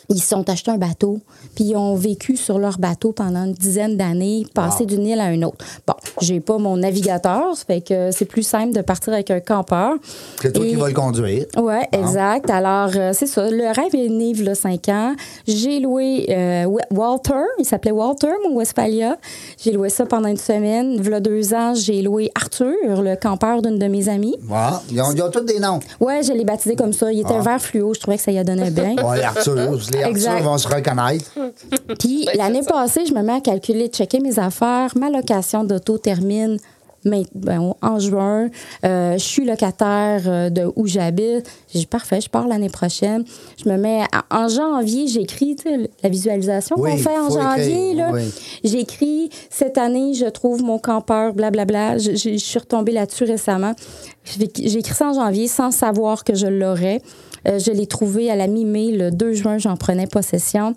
D: ils se sont achetés un bateau, puis ils ont vécu sur leur bateau pendant une dizaine d'années, passé d'une île à une autre. Bon, j'ai pas mon navigateur, ça fait que c'est plus simple de partir avec un campeur.
A: C'est toi
D: Et-
A: qui vas le conduire.
D: oui, exact. Alors, euh, c'est ça. Le rêve est né, il 5 ans. J'ai loué euh, Wa- Walter. Il s'appelait Walter, mon Westphalia. J'ai loué ça pendant une semaine. Il deux ans, j'ai loué Arthur, le campeur d'une de mes amies.
A: Voilà. Ils ont, ils ont tous des noms.
D: Ouais, je l'ai baptisé comme ça. Il était vert fluo. Je trouvais que ça y donnait bien.
A: Ouais, Arthur, les Arthur
D: Exact.
A: vont se reconnaître. ben,
D: Puis l'année passée, je me mets à calculer, checker mes affaires. Ma location d'auto termine mais, ben, en juin. Euh, je suis locataire euh, de où j'habite. J'ai dit, parfait, je pars l'année prochaine. Je me mets à- en janvier, j'écris tu sais, la visualisation
A: Oui,
D: qu'on fait en
A: faut
D: janvier.
A: écrire,
D: là.
A: oui.
D: J'écris cette année, je trouve mon campeur, blablabla. Je, je- je suis retombée là-dessus récemment. J'ai j'ai écrit ça en janvier sans savoir que je l'aurais. Euh, je l'ai trouvé à la mi-mai, le 2 juin, j'en prenais possession.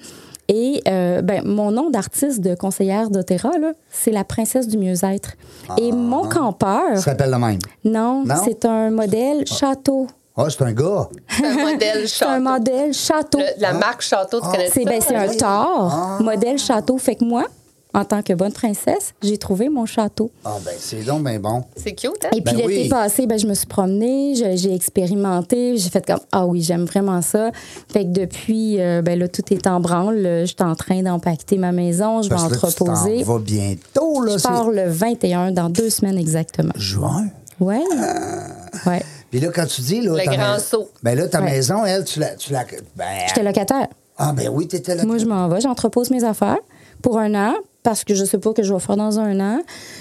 D: Et euh, ben, mon nom d'artiste de conseillère d'Otera, là, c'est la princesse du mieux-être. Et mon campeur,
A: Ah, Ça s'appelle le même.
D: non,
A: Non?
D: c'est un modèle château.
A: Ah, c'est un gars.
B: C'est un modèle
D: C'est un
B: château.
D: modèle château.
B: Le-
A: Ah.
B: la marque château, tu connais
D: C'est ben, c'est un tort. Modèle château. Fait que moi, en tant que bonne princesse, j'ai trouvé mon château.
A: Ah, ben, c'est donc, mais bon.
B: C'est cute, hein?
D: Et
A: Ben
D: puis l'été
A: oui.
D: passé, ben, je me suis promenée, je- j'ai expérimenté, j'ai fait comme Ah oui, j'aime vraiment ça. Fait que depuis, euh, ben là, tout est en branle. Je suis en train d'empacter ma maison, je vais
A: Parce que là, tu t'en
D: entreposer.
A: vas bientôt, là.
D: Je
A: c'est
D: pars le 21, dans deux semaines exactement.
A: Juin.
D: Ouais. Ouais.
A: Puis là, quand tu dis, là.
B: Le
A: ta
B: grand saut.
A: Ben là, ta
D: Ouais.
A: maison, elle, tu la. Tu la ben,
D: J'étais locataire.
A: ah, ben oui, t'étais là.
D: Moi, je m'en vais, j'entrepose mes affaires pour un an parce que je sais pas que je vais faire dans un an.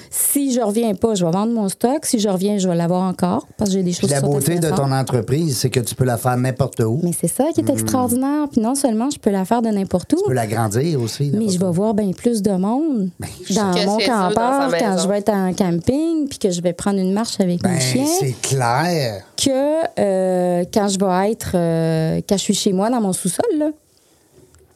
D: Si je reviens pas, je vais vendre mon stock. Si je reviens, je vais l'avoir encore parce que j'ai des
A: Puis
D: choses
A: la
D: sur
A: beauté de
D: téléphone.
A: ton entreprise, c'est que tu peux la faire n'importe où.
D: Mais c'est ça qui est extraordinaire. Puis non seulement je peux la faire de n'importe où,
A: Hmm. Tu peux l'agrandir aussi.
D: mais je vais voir bien plus de monde
A: Ben,
D: dans
B: Que
D: mon
B: chez eux, dans sa
D: campeur
B: maison.
D: quand je vais être en camping puis que je vais prendre une marche avec
A: Ben,
D: mes chiens.
A: c'est clair.
D: que euh, quand je vais être, euh, quand je suis chez moi dans mon sous-sol. là.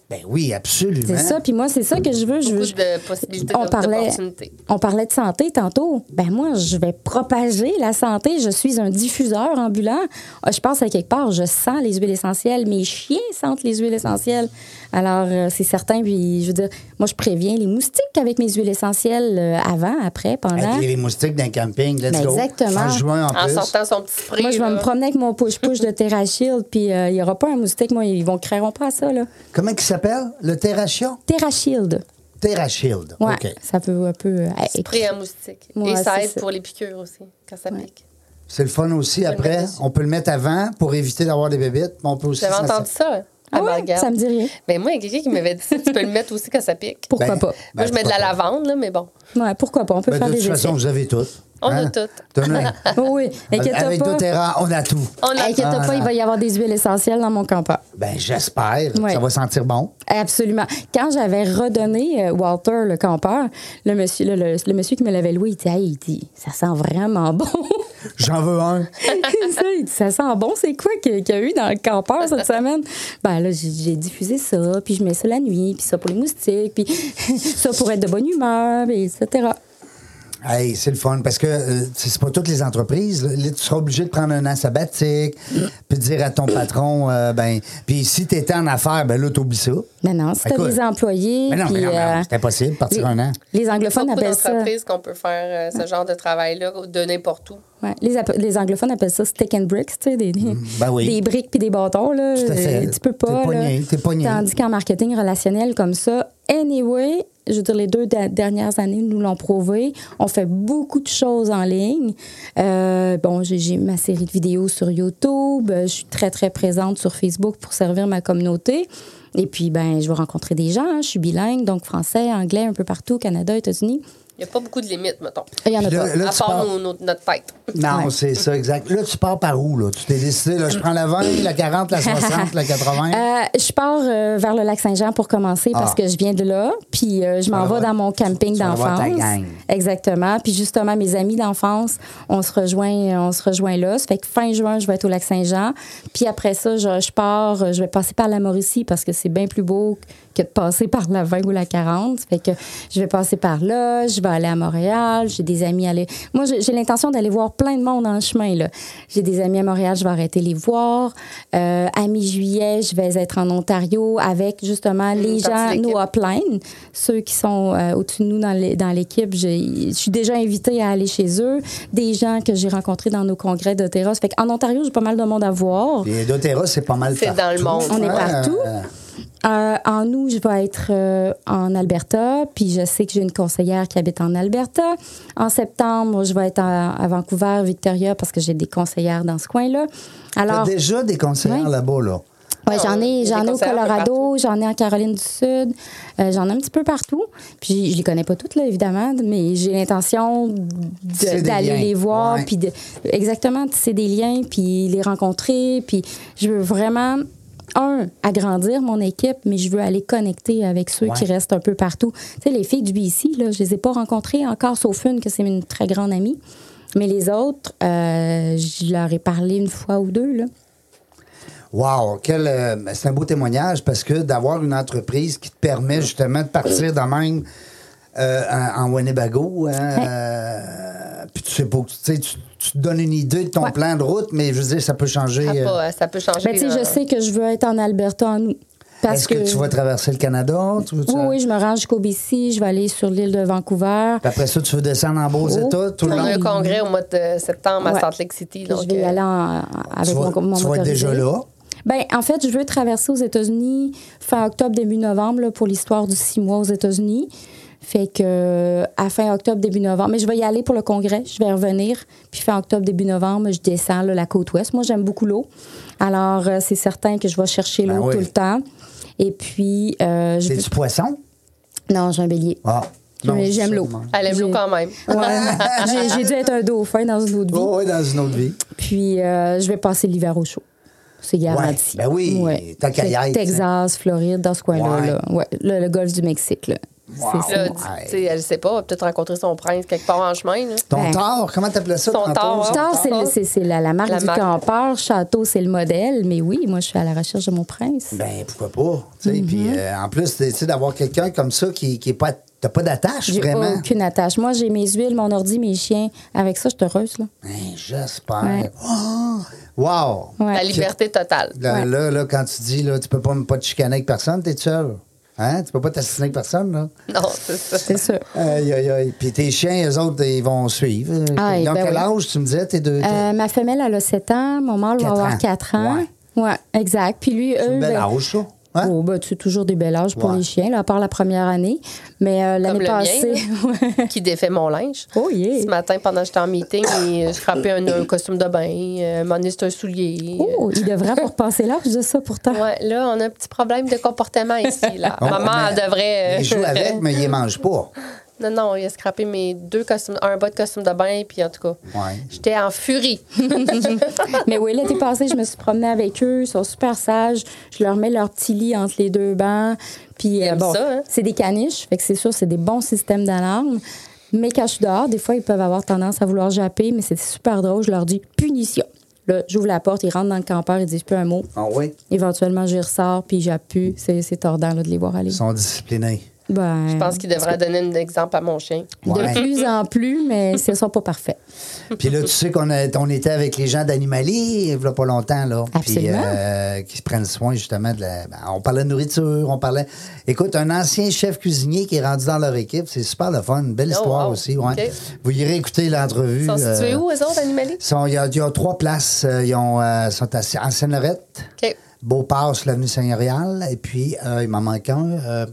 A: Ben oui, absolument.
D: C'est ça, puis moi, c'est ça que je veux. Je veux
B: Beaucoup de possibilités,
D: on
B: d'op-
D: parlait,
B: d'opportunités.
D: on parlait de santé tantôt. Ben moi, je vais propager la santé. Je suis un diffuseur ambulant. Ah, Je passe à quelque part, je sens les huiles essentielles. Mes chiens sentent les huiles essentielles. Alors, euh, c'est certain. Puis, je veux dire, moi, je préviens les moustiques avec mes huiles essentielles euh, avant, après, pendant.
A: Avec les moustiques d'un camping, let's
D: Ben,
A: go.
D: exactement.
A: En juin, en,
B: En
A: plus.
B: sortant son petit spray.
D: Moi, je vais
B: là.
D: me promener avec mon push-push de Terra Shield, puis euh, il n'y aura pas un moustique. Moi, ils ne créeront pas à ça, là.
A: Comment il s'appelle? Le TerraShield?
D: Terra Shield.
A: TerraShield.
D: Ouais,
A: OK.
D: ça peut un peu. euh,
B: Spray à moustique.
D: Ouais,
B: Et ça
D: c'est
B: aide
D: ça.
B: pour les piqûres aussi, quand ça pique.
A: C'est le fun aussi.
B: le
A: Après,
B: mettre dessus.
A: on peut le mettre avant pour éviter d'avoir des bébites. mais on peut aussi.
B: J'avais
A: s'en-
B: entendu ça. hein, à
D: Ah ouais,
B: Margare.
D: ça me dit rien.
B: Ben moi, il y a quelqu'un qui m'avait dit ça, tu peux le mettre aussi quand ça pique.
D: Pourquoi
A: Ben,
D: pas?
B: moi, je mets de la
A: pourquoi pas.
B: lavande, là, mais bon.
D: Ouais, pourquoi pas? On peut
A: Ben,
D: faire
A: de
D: des
A: toute façon,
D: essais.
A: vous avez tout.
B: On a
A: Hein?
B: tout.
A: Tenez.
D: Oh oui, inquiète-toi
A: Avec
D: pas.
A: doTERRA, on a tout.
B: On a
D: Inquiète-toi
A: Ah,
D: pas, il
A: non.
D: va y avoir des huiles essentielles dans mon campeur.
A: Ben, j'espère.
D: Ouais.
A: Ça va sentir bon.
D: Absolument. Quand j'avais redonné euh, Walter, le campeur, le monsieur, le, le- le monsieur qui me l'avait loué, il dit, Hey, il dit, ça sent vraiment bon.
A: J'en veux un.
D: ça, il dit, ça sent bon, c'est quoi qu'il y a eu dans le campeur cette semaine? Ben là, j'ai- j'ai diffusé ça, puis je mets ça la nuit, puis ça pour les moustiques, puis ça pour être de bonne humeur, puis etc.
A: Hey, c'est le fun parce que euh, c'est c'est pas toutes les entreprises. Là, tu seras obligé de prendre un an sabbatique, puis de dire à ton patron, euh, ben, puis si t'étais en affaires, ben là, t'oublies ça.
D: Mais non, si t'as
A: Écoute.
D: des employés,
A: Mais non, mais
D: puis,
A: non, mais non,
D: euh,
A: c'est impossible de partir
D: les-
A: un an.
D: Les anglophones
B: Beaucoup
D: appellent ça...
B: d'entreprises qu'on peut faire euh, ce genre de travail-là de n'importe où.
D: Ouais. Les, app- les anglophones appellent ça stick and bricks, tu sais, des, des-
A: ben oui.
D: des briques puis des bâtons. Là.
A: Tout à fait.
D: Euh, Tu peux pas.
A: T'es poigné,
D: là.
A: t'es poigné.
D: Tandis qu'en marketing relationnel comme ça, anyway, je veux dire, les deux da- dernières années nous l'ont prouvé. On fait beaucoup de choses en ligne. Euh, bon, j'ai- j'ai ma série de vidéos sur YouTube. Euh, Je suis très, très présente sur Facebook pour servir ma communauté. Et puis, ben, je vais rencontrer des gens. hein. Je suis bilingue, donc français, anglais, un peu partout, Canada, États-Unis.
B: Il n'y a pas beaucoup de limites, mettons.
D: Il y en a
A: Puis
D: pas.
A: là- Ben, là,
B: à
A: tu
B: part
A: pars-
B: nos- nos- notre tête.
A: Non,
D: Ouais.
A: c'est ça, exact. Là, tu pars par où, là? Tu t'es décidé, là, je prends la 20, la 40, la 60, la 80.
D: Euh, je pars euh, vers le lac Saint-Jean pour commencer parce
A: Ah.
D: que je viens de là. Puis euh, je m'en
A: vas
D: vais dans mon
A: voir-
D: camping
A: tu vas voir
D: d'enfance.
A: ta gang.
D: Exactement. Puis justement, mes amis d'enfance, on se rejoint, on se rejoint là. Ça fait que fin juin, je vais être au lac Saint-Jean. Puis après ça, je, je pars, euh, je vais passer par la Mauricie parce que c'est bien plus beau que de passer par la 20 ou la 40. Ça fait que je vais passer par là, je vais aller à Montréal, j'ai des amis à aller. Moi, j'ai j'ai l'intention d'aller voir plein de monde en chemin. là. J'ai des amis à Montréal, je vais arrêter les voir. Euh, à mi-juillet, je vais être en Ontario avec justement les
B: Mmh, partie de
D: gens,
B: l'équipe.
D: nos hotlines, ceux qui sont euh, au-dessus de nous dans l'é- dans l'équipe. j'ai- Je suis déjà invitée à aller chez eux, des gens que j'ai rencontrés dans nos congrès de terrasse. Fait qu'en Ontario, j'ai pas mal de monde à voir.
A: Puis doTERRA, c'est pas mal
B: C'est
A: partout.
B: dans le monde.
D: On est
A: Ouais.
D: partout. Euh, en août, je vais être euh, en Alberta, puis je sais que j'ai une conseillère qui habite en Alberta. En septembre, je vais être à, à Vancouver, Victoria, parce que j'ai des conseillères dans ce coin-là.
A: T'as
D: Alors,
A: déjà des conseillers
D: Ouais.
A: là-bas, là.
D: Ouais, j'en
B: Euh, Il y
D: ai,
B: a
D: j'en
B: des
D: ai au
B: concerts un peu partout.
D: Colorado, j'en ai en Caroline du Sud, euh, j'en ai un petit peu partout. Puis je les connais pas toutes là évidemment, mais j'ai l'intention de-
A: C'est des liens.
D: d'aller les voir,
A: Ouais.
D: puis de- exactement c'est des liens, puis les rencontrer, puis je veux vraiment un agrandir mon équipe, mais je veux aller connecter avec ceux
A: Ouais.
D: qui restent un peu partout. Tu sais les filles du BC là, je les ai pas rencontrées encore sauf une que c'est une très grande amie. Mais les autres, euh, je leur ai parlé une fois ou deux. Là.
A: Wow, quel, euh, c'est un beau témoignage parce que d'avoir une entreprise qui te permet justement de partir de même euh, en, en Winnebago, hein, euh, puis tu sais pas, tu, sais, tu, tu te donnes une idée de ton
D: Ouais. Ah,
A: plan de route, mais je veux dire, ça peut changer.
B: Ça,
A: euh,
B: Ah, pas- ça peut changer.
D: Ben, tu sais,
B: là.
D: je sais que je veux être en Alberta en août. hein. Parce
A: Est-ce que, tu vas traverser le Canada? Tu veux- tu-
D: Oui, oui, je me rends jusqu'au BC, je vais aller sur l'île de Vancouver.
A: Puis après ça, tu veux descendre en
D: Oh.
A: Beaux-États tout le
B: On
A: long?
B: a un congrès au mois de septembre à
D: Ouais.
B: Salt Lake City.
D: Puis
B: Donc,
D: je vais y
B: euh,
D: aller en- en-
A: Tu
D: avec
A: vas,
D: mon, mon
A: tu vas être
D: motorisé.
A: déjà là.
D: Ben, en fait, je veux traverser aux États-Unis fin octobre, début novembre là, pour l'histoire du six mois aux États-Unis. Fait que euh, à fin octobre, début novembre. Mais je vais y aller pour le congrès. Je vais revenir. Puis fin octobre, début novembre, je descends là, la côte ouest. Moi, j'aime beaucoup l'eau. Alors, euh, c'est certain que je vais chercher
A: Ben
D: l'eau
A: oui.
D: tout le temps. Et puis, euh, je
A: C'est
D: veux-
A: du poisson?
D: Non, j'ai un bélier.
A: Ah.
D: Mais
A: Non,
D: j'aime
A: c'est
D: l'eau.
A: sûrement.
B: Elle aime l'eau
D: J'ai-
B: quand même.
D: Ouais. j'ai, j'ai dû être un dauphin dans une autre vie.
A: Oh, oui, dans une autre vie.
D: Puis euh, je vais passer l'hiver au chaud. C'est garanti.
A: ben oui, tant qu'à y
D: C'est
A: être,
D: Texas, Floride, dans ce coin-là.
A: Ouais.
D: là. Ouais, le, le golfe du Mexique. Là.
A: Wow.
D: C'est-
B: Là,
D: c'est-
B: tu- tu sais, elle sait pas, elle a peut-être rencontré son prince quelque part en chemin. là.
A: Ton
D: Ben.
A: tort, comment t'appelais ça?
B: Ton
A: tantôt?
B: tort, hein.
D: Star, c'est, le- c'est- c'est la, la marque
B: La
D: du
B: marque.
D: campeur. Château, c'est le modèle. Mais oui, moi, je suis à la recherche de mon prince.
A: Ben, pourquoi pas? tu sais, Puis
D: Mhm.
A: euh, en plus, tu sais, d'avoir quelqu'un comme ça qui qui est pas. T'as pas d'attache,
D: j'ai
A: vraiment?
D: aucune attache. Moi, j'ai mes huiles, mon ordi, mes chiens. Avec ça, je suis heureuse. Là.
A: Hein, J'espère.
D: Ouais.
A: Oh! Wow!
D: Ouais.
B: La liberté totale.
A: Là,
D: Ouais.
A: là, là, quand tu dis, là, tu peux pas, pas te chicaner avec personne, t'es seul. Hein? Tu peux pas t'assassiner avec personne, là?
B: Non, c'est ça.
D: C'est sûr.
A: Aïe, aïe, aïe. Puis tes chiens, eux autres, ils vont suivre.
D: Aïe,
A: Ils ont
D: ben
A: quel
D: oui.
A: âge, tu me disais? T'es deux. t'es-
D: Euh, ma femelle, elle a 7 ans. Mon mâle va
A: Quatre ans.
D: avoir 4 ans.
A: Ouais.
D: Ouais. exact. Puis lui,
A: c'est
D: eux.
A: une belle
D: ben,
A: âge, ça. Hein?
D: Oh, ben, c'est toujours des bel âges pour
A: Ouais.
D: les chiens, là, à part la première année. Mais euh, l'année
B: le
D: passée. ouais.
B: Qui défait mon linge.
D: Oh, yeah.
B: Ce matin, pendant que j'étais en meeting, il- je frappais un, un costume de bain, euh, m'en est un soulier.
D: Oh, il devrait avoir passé l'âge de ça pourtant.
B: Ouais, là, on a un petit problème de comportement ici. Là.
A: Oh,
B: Maman,
A: mais-
B: elle devrait. euh,
A: Ils
D: euh,
A: jouent avec, mais ils les mangent pas.
B: Non, non, il a scrappé mes deux costumes, un bas de costume de bain, puis en tout cas,
A: Ouais.
B: j'étais en furie.
D: Mais oui, l'été passé, je me suis promenée avec eux. Ils sont super sages. Je leur mets leur petit lit entre les deux bancs. Puis, euh,
B: aiment
D: bon,
B: ça, hein?
D: c'est des caniches. Fait que c'est sûr, c'est des bons systèmes d'alarme. Mais quand je suis dehors, des fois, ils peuvent avoir tendance à vouloir japper, mais c'est super drôle. Je leur dis punition. Là, j'ouvre la porte, ils rentrent dans le campeur, ils disent plus un mot.
A: Ah oui?
D: Éventuellement, j'y ressors, puis j'appuie. C'est c'est tordant là, de les voir aller.
A: Ils sont disciplinés.
D: Ben,
B: Je pense qu'il devrait donner un exemple à mon chien.
A: Ouais.
D: De plus en plus, mais ce ne sont pas parfaits.
A: Puis là, tu sais qu'on a- on était avec les gens d'Animalie, il y a pas longtemps, là. Puis,
D: Absolument.
A: euh, qui se prennent soin, justement, de la. ben, on parlait de nourriture, on parlait. Écoute, un ancien chef cuisinier qui est rendu dans leur équipe, c'est super le fun, une belle
B: Oh,
A: histoire
B: wow.
A: aussi, ouais.
B: OK.
A: Vous irez écouter l'entrevue.
B: Ils sont
A: euh,
B: situés où, eux autres, animaliers?
A: sont- Il y, a- il y a trois places. euh, Ils ont, euh, sont à- en Seine-Lorette,
B: OK.
A: Beaupass, l'avenue Seigneuriale, et puis euh, il m'en manque un. euh,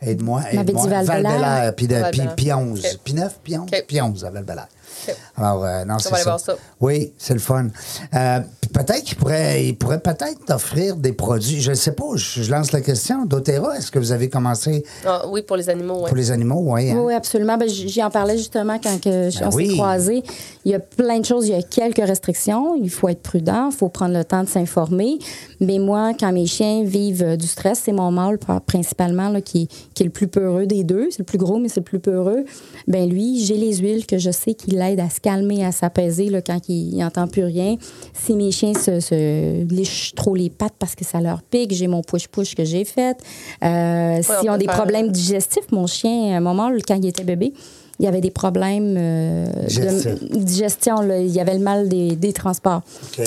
A: aide-moi.
D: m'avait
A: aide-moi.
D: dit Val-Bélair.
A: Val-Bélair, puis de- puis
B: Val-Bélair.
A: puis 11.
B: OK.
A: Puis 9, puis 11,
B: OK.
A: puis 11 à Val-Bélair.
B: OK.
A: Alors, euh, non, c'est
B: va aller
A: ça.
B: voir ça.
A: Oui, c'est le fun. Euh, puis peut-être qu'il pourrait, il pourrait peut-être t'offrir des produits. Je ne sais pas, je, je lance la question. doTERRA, est-ce que vous avez commencé
B: Ah, oui, pour les animaux, ouais.
A: pour les animaux? Oui. hein?
D: Oui, absolument. Ben, j- J'y en parlais justement quand que je-
A: Ben
D: on s'est
A: oui.
D: croisés. Il y a plein de choses, il y a quelques restrictions. Il faut être prudent, il faut prendre le temps de s'informer. Mais moi, quand mes chiens vivent euh, du stress, c'est mon mâle par- principalement là, qui, qui est le plus peureux des deux. C'est le plus gros, mais c'est le plus peureux. Ben lui, j'ai les huiles que je sais qui l'aident à se calmer, à s'apaiser là, quand il n'entend plus rien. Si mes chiens se, se lichent trop les pattes parce que ça leur pique, j'ai mon push-push que j'ai fait. Euh,
B: on
D: S'ils ont
B: peut
D: des
B: faire-
D: problèmes digestifs, mon chien, à un moment, quand il était bébé, il y avait des problèmes euh,
A: Digestif.
D: de digestion. là. Il y avait le mal des, des transports.
A: OK.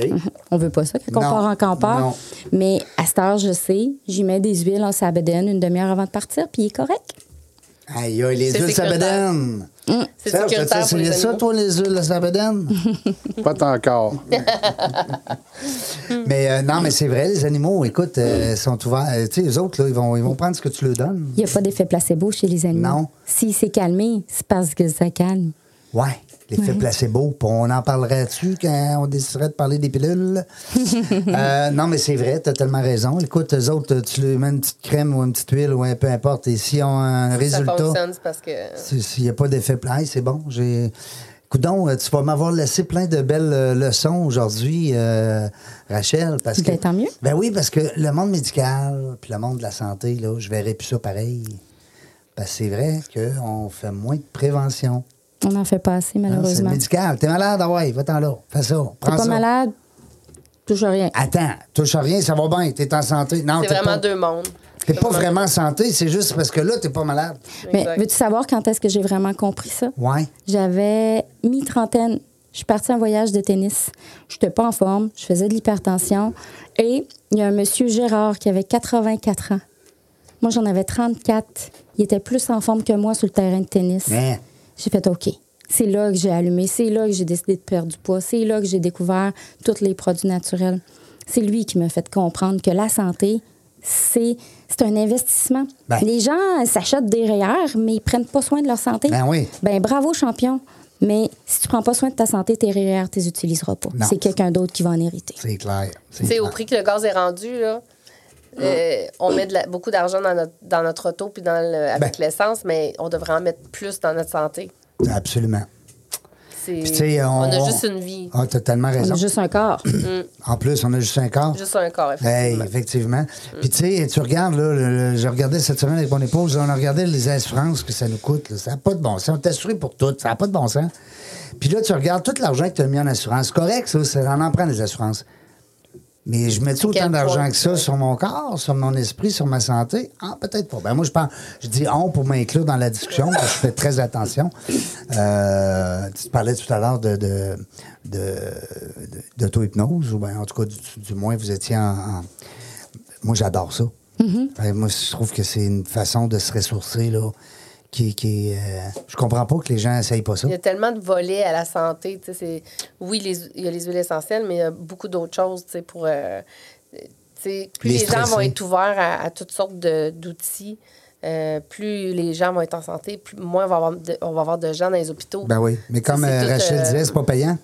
D: On veut pas ça quand
A: Non.
D: on part en campeur.
A: Non.
D: Mais à cette heure, je sais, j'y mets des huiles en sabédène une demi-heure avant de partir, puis il est correct.
A: Aïe, aïe, les
B: C'est
A: huiles
B: sécuritaire.
A: sabadanes.
B: C'est
A: Serge,
B: sécuritaire
A: t'as-tu
B: pour les
A: essayé ça,
B: animaux.
A: toi, les huiles sabadanes?
E: Pas tant encore.
A: mais euh, non, mais c'est vrai, les animaux, écoute, euh, sont ouverts. Euh, Tu sais, les autres, là, ils vont, ils vont prendre ce que tu leur donnes.
D: Il n'y a pas d'effet placebo chez les animaux.
A: Non.
D: S'il s'est calmé, c'est parce que ça calme.
A: Ouais, l'effet
D: Ouais.
A: placebo. Puis on en parlerait-tu quand on déciderait de parler des pilules? Euh, non, mais c'est vrai, tu as tellement raison. Écoute, eux autres, tu lui mets une petite crème ou une petite huile ou un peu importe. Et si on a un
B: Ça
A: résultat,
B: fonctionne, c'est parce que.
A: c'est- s'il n'y a pas d'effet plein, c'est bon. J'ai. Coudon, euh, tu vas m'avoir laissé plein de belles euh, leçons aujourd'hui, euh, Rachel. Parce que,
D: Ben, tant mieux.
A: Ben oui, parce que le monde médical, puis le monde de la santé, là, je verrais plus ça pareil. Parce que c'est vrai qu'on fait moins de prévention.
D: On n'en fait pas assez,
A: Hein, C'est
D: malheureusement.
A: médical. T'es malade, ah ouais, va-t'en là. Fais ça.
D: T'es
A: Prends
D: pas
A: ça.
D: malade, touche à rien.
A: Attends, touche à rien, ça va bien, t'es en santé. Non,
B: C'est
A: t'es
B: vraiment
A: pas,
B: deux mondes.
A: t'es pas vraiment en santé, c'est juste parce que là, t'es pas malade.
D: Mais
B: Exact.
D: veux-tu savoir quand est-ce que j'ai vraiment compris ça?
A: Ouais.
D: J'avais mi-trentaine. Je suis partie en voyage de tennis. Je n'étais pas en forme. Je faisais de l'hypertension. Et il y a un monsieur Gérard qui avait 84 ans. Moi, j'en avais 34. Il était plus en forme que moi sur le terrain de tennis.
A: Mais,
D: J'ai fait OK. C'est là que j'ai allumé. C'est là que j'ai décidé de perdre du poids. C'est là que j'ai découvert tous les produits naturels. C'est lui qui m'a fait comprendre que la santé, c'est c'est un investissement.
A: Ben.
D: Les gens euh, s'achètent des REER, mais ils prennent pas soin de leur santé.
A: Ben oui.
D: Ben bravo, champion. Mais si tu prends pas soin de ta santé, tes REER, tu les utiliseras pas.
A: Non.
D: C'est quelqu'un d'autre qui va en hériter.
A: c'est clair. C'est
B: Tu sais, au
A: clair.
B: prix que le gaz est rendu, là, euh, on met de la- beaucoup d'argent dans notre, dans notre auto puis dans le- avec
A: Ben.
B: l'essence, mais on devrait en mettre plus dans notre santé.
A: Absolument.
B: C'est-
A: Puis, tu sais, on,
B: a juste une vie,
A: Ah, t'as tellement
D: On
A: raison.
D: a juste un corps.
A: En plus, on Ben. a juste un corps.
B: juste un corps.
A: Hey,
B: effectivement.
A: effectivement. Puis tu sais, tu regardes, là, le- le- je regardais cette semaine avec mon épouse, on a regardé les assurances que ça nous coûte. là. Ça n'a pas de bon sens. On est assuré pour tout. Ça n'a pas de bon sens. Puis là, tu regardes tout l'argent que tu as mis en assurance. Correct, ça, ça on en prend des assurances. Mais je mets tout
B: Quel
A: autant d'argent
B: point,
A: que ça
B: ouais.
A: sur mon corps, sur mon esprit, sur ma santé? Ah, peut-être pas. Ben moi, je pense, je dis on pour m'inclure dans la discussion, parce que je fais très attention. Euh, tu te parlais tout à l'heure de, de, de- d'auto-hypnose, ou ben, en tout cas, du, du moins, vous étiez en. en- Moi, j'adore ça.
B: Mm-hmm.
A: Fait, moi, je trouve que c'est une façon de se ressourcer, là, qui. qui euh, je comprends pas que les gens n'essayent pas ça.
B: Il y a tellement de volets à la santé. tu sais, c'est- Oui, les- il y a les huiles essentielles, mais il y a beaucoup d'autres choses tu sais, pour. euh, tu sais, plus
A: Les
B: les, gens
A: stressés.
B: vont être ouverts à, à toutes sortes de- d'outils, euh, plus les gens vont être en santé, plus moins on va avoir de, on va avoir de gens dans les hôpitaux.
A: Ben oui. Mais comme
B: C'est
A: euh,
B: tout,
A: Rachel
B: euh,
A: disait, c'est pas payant.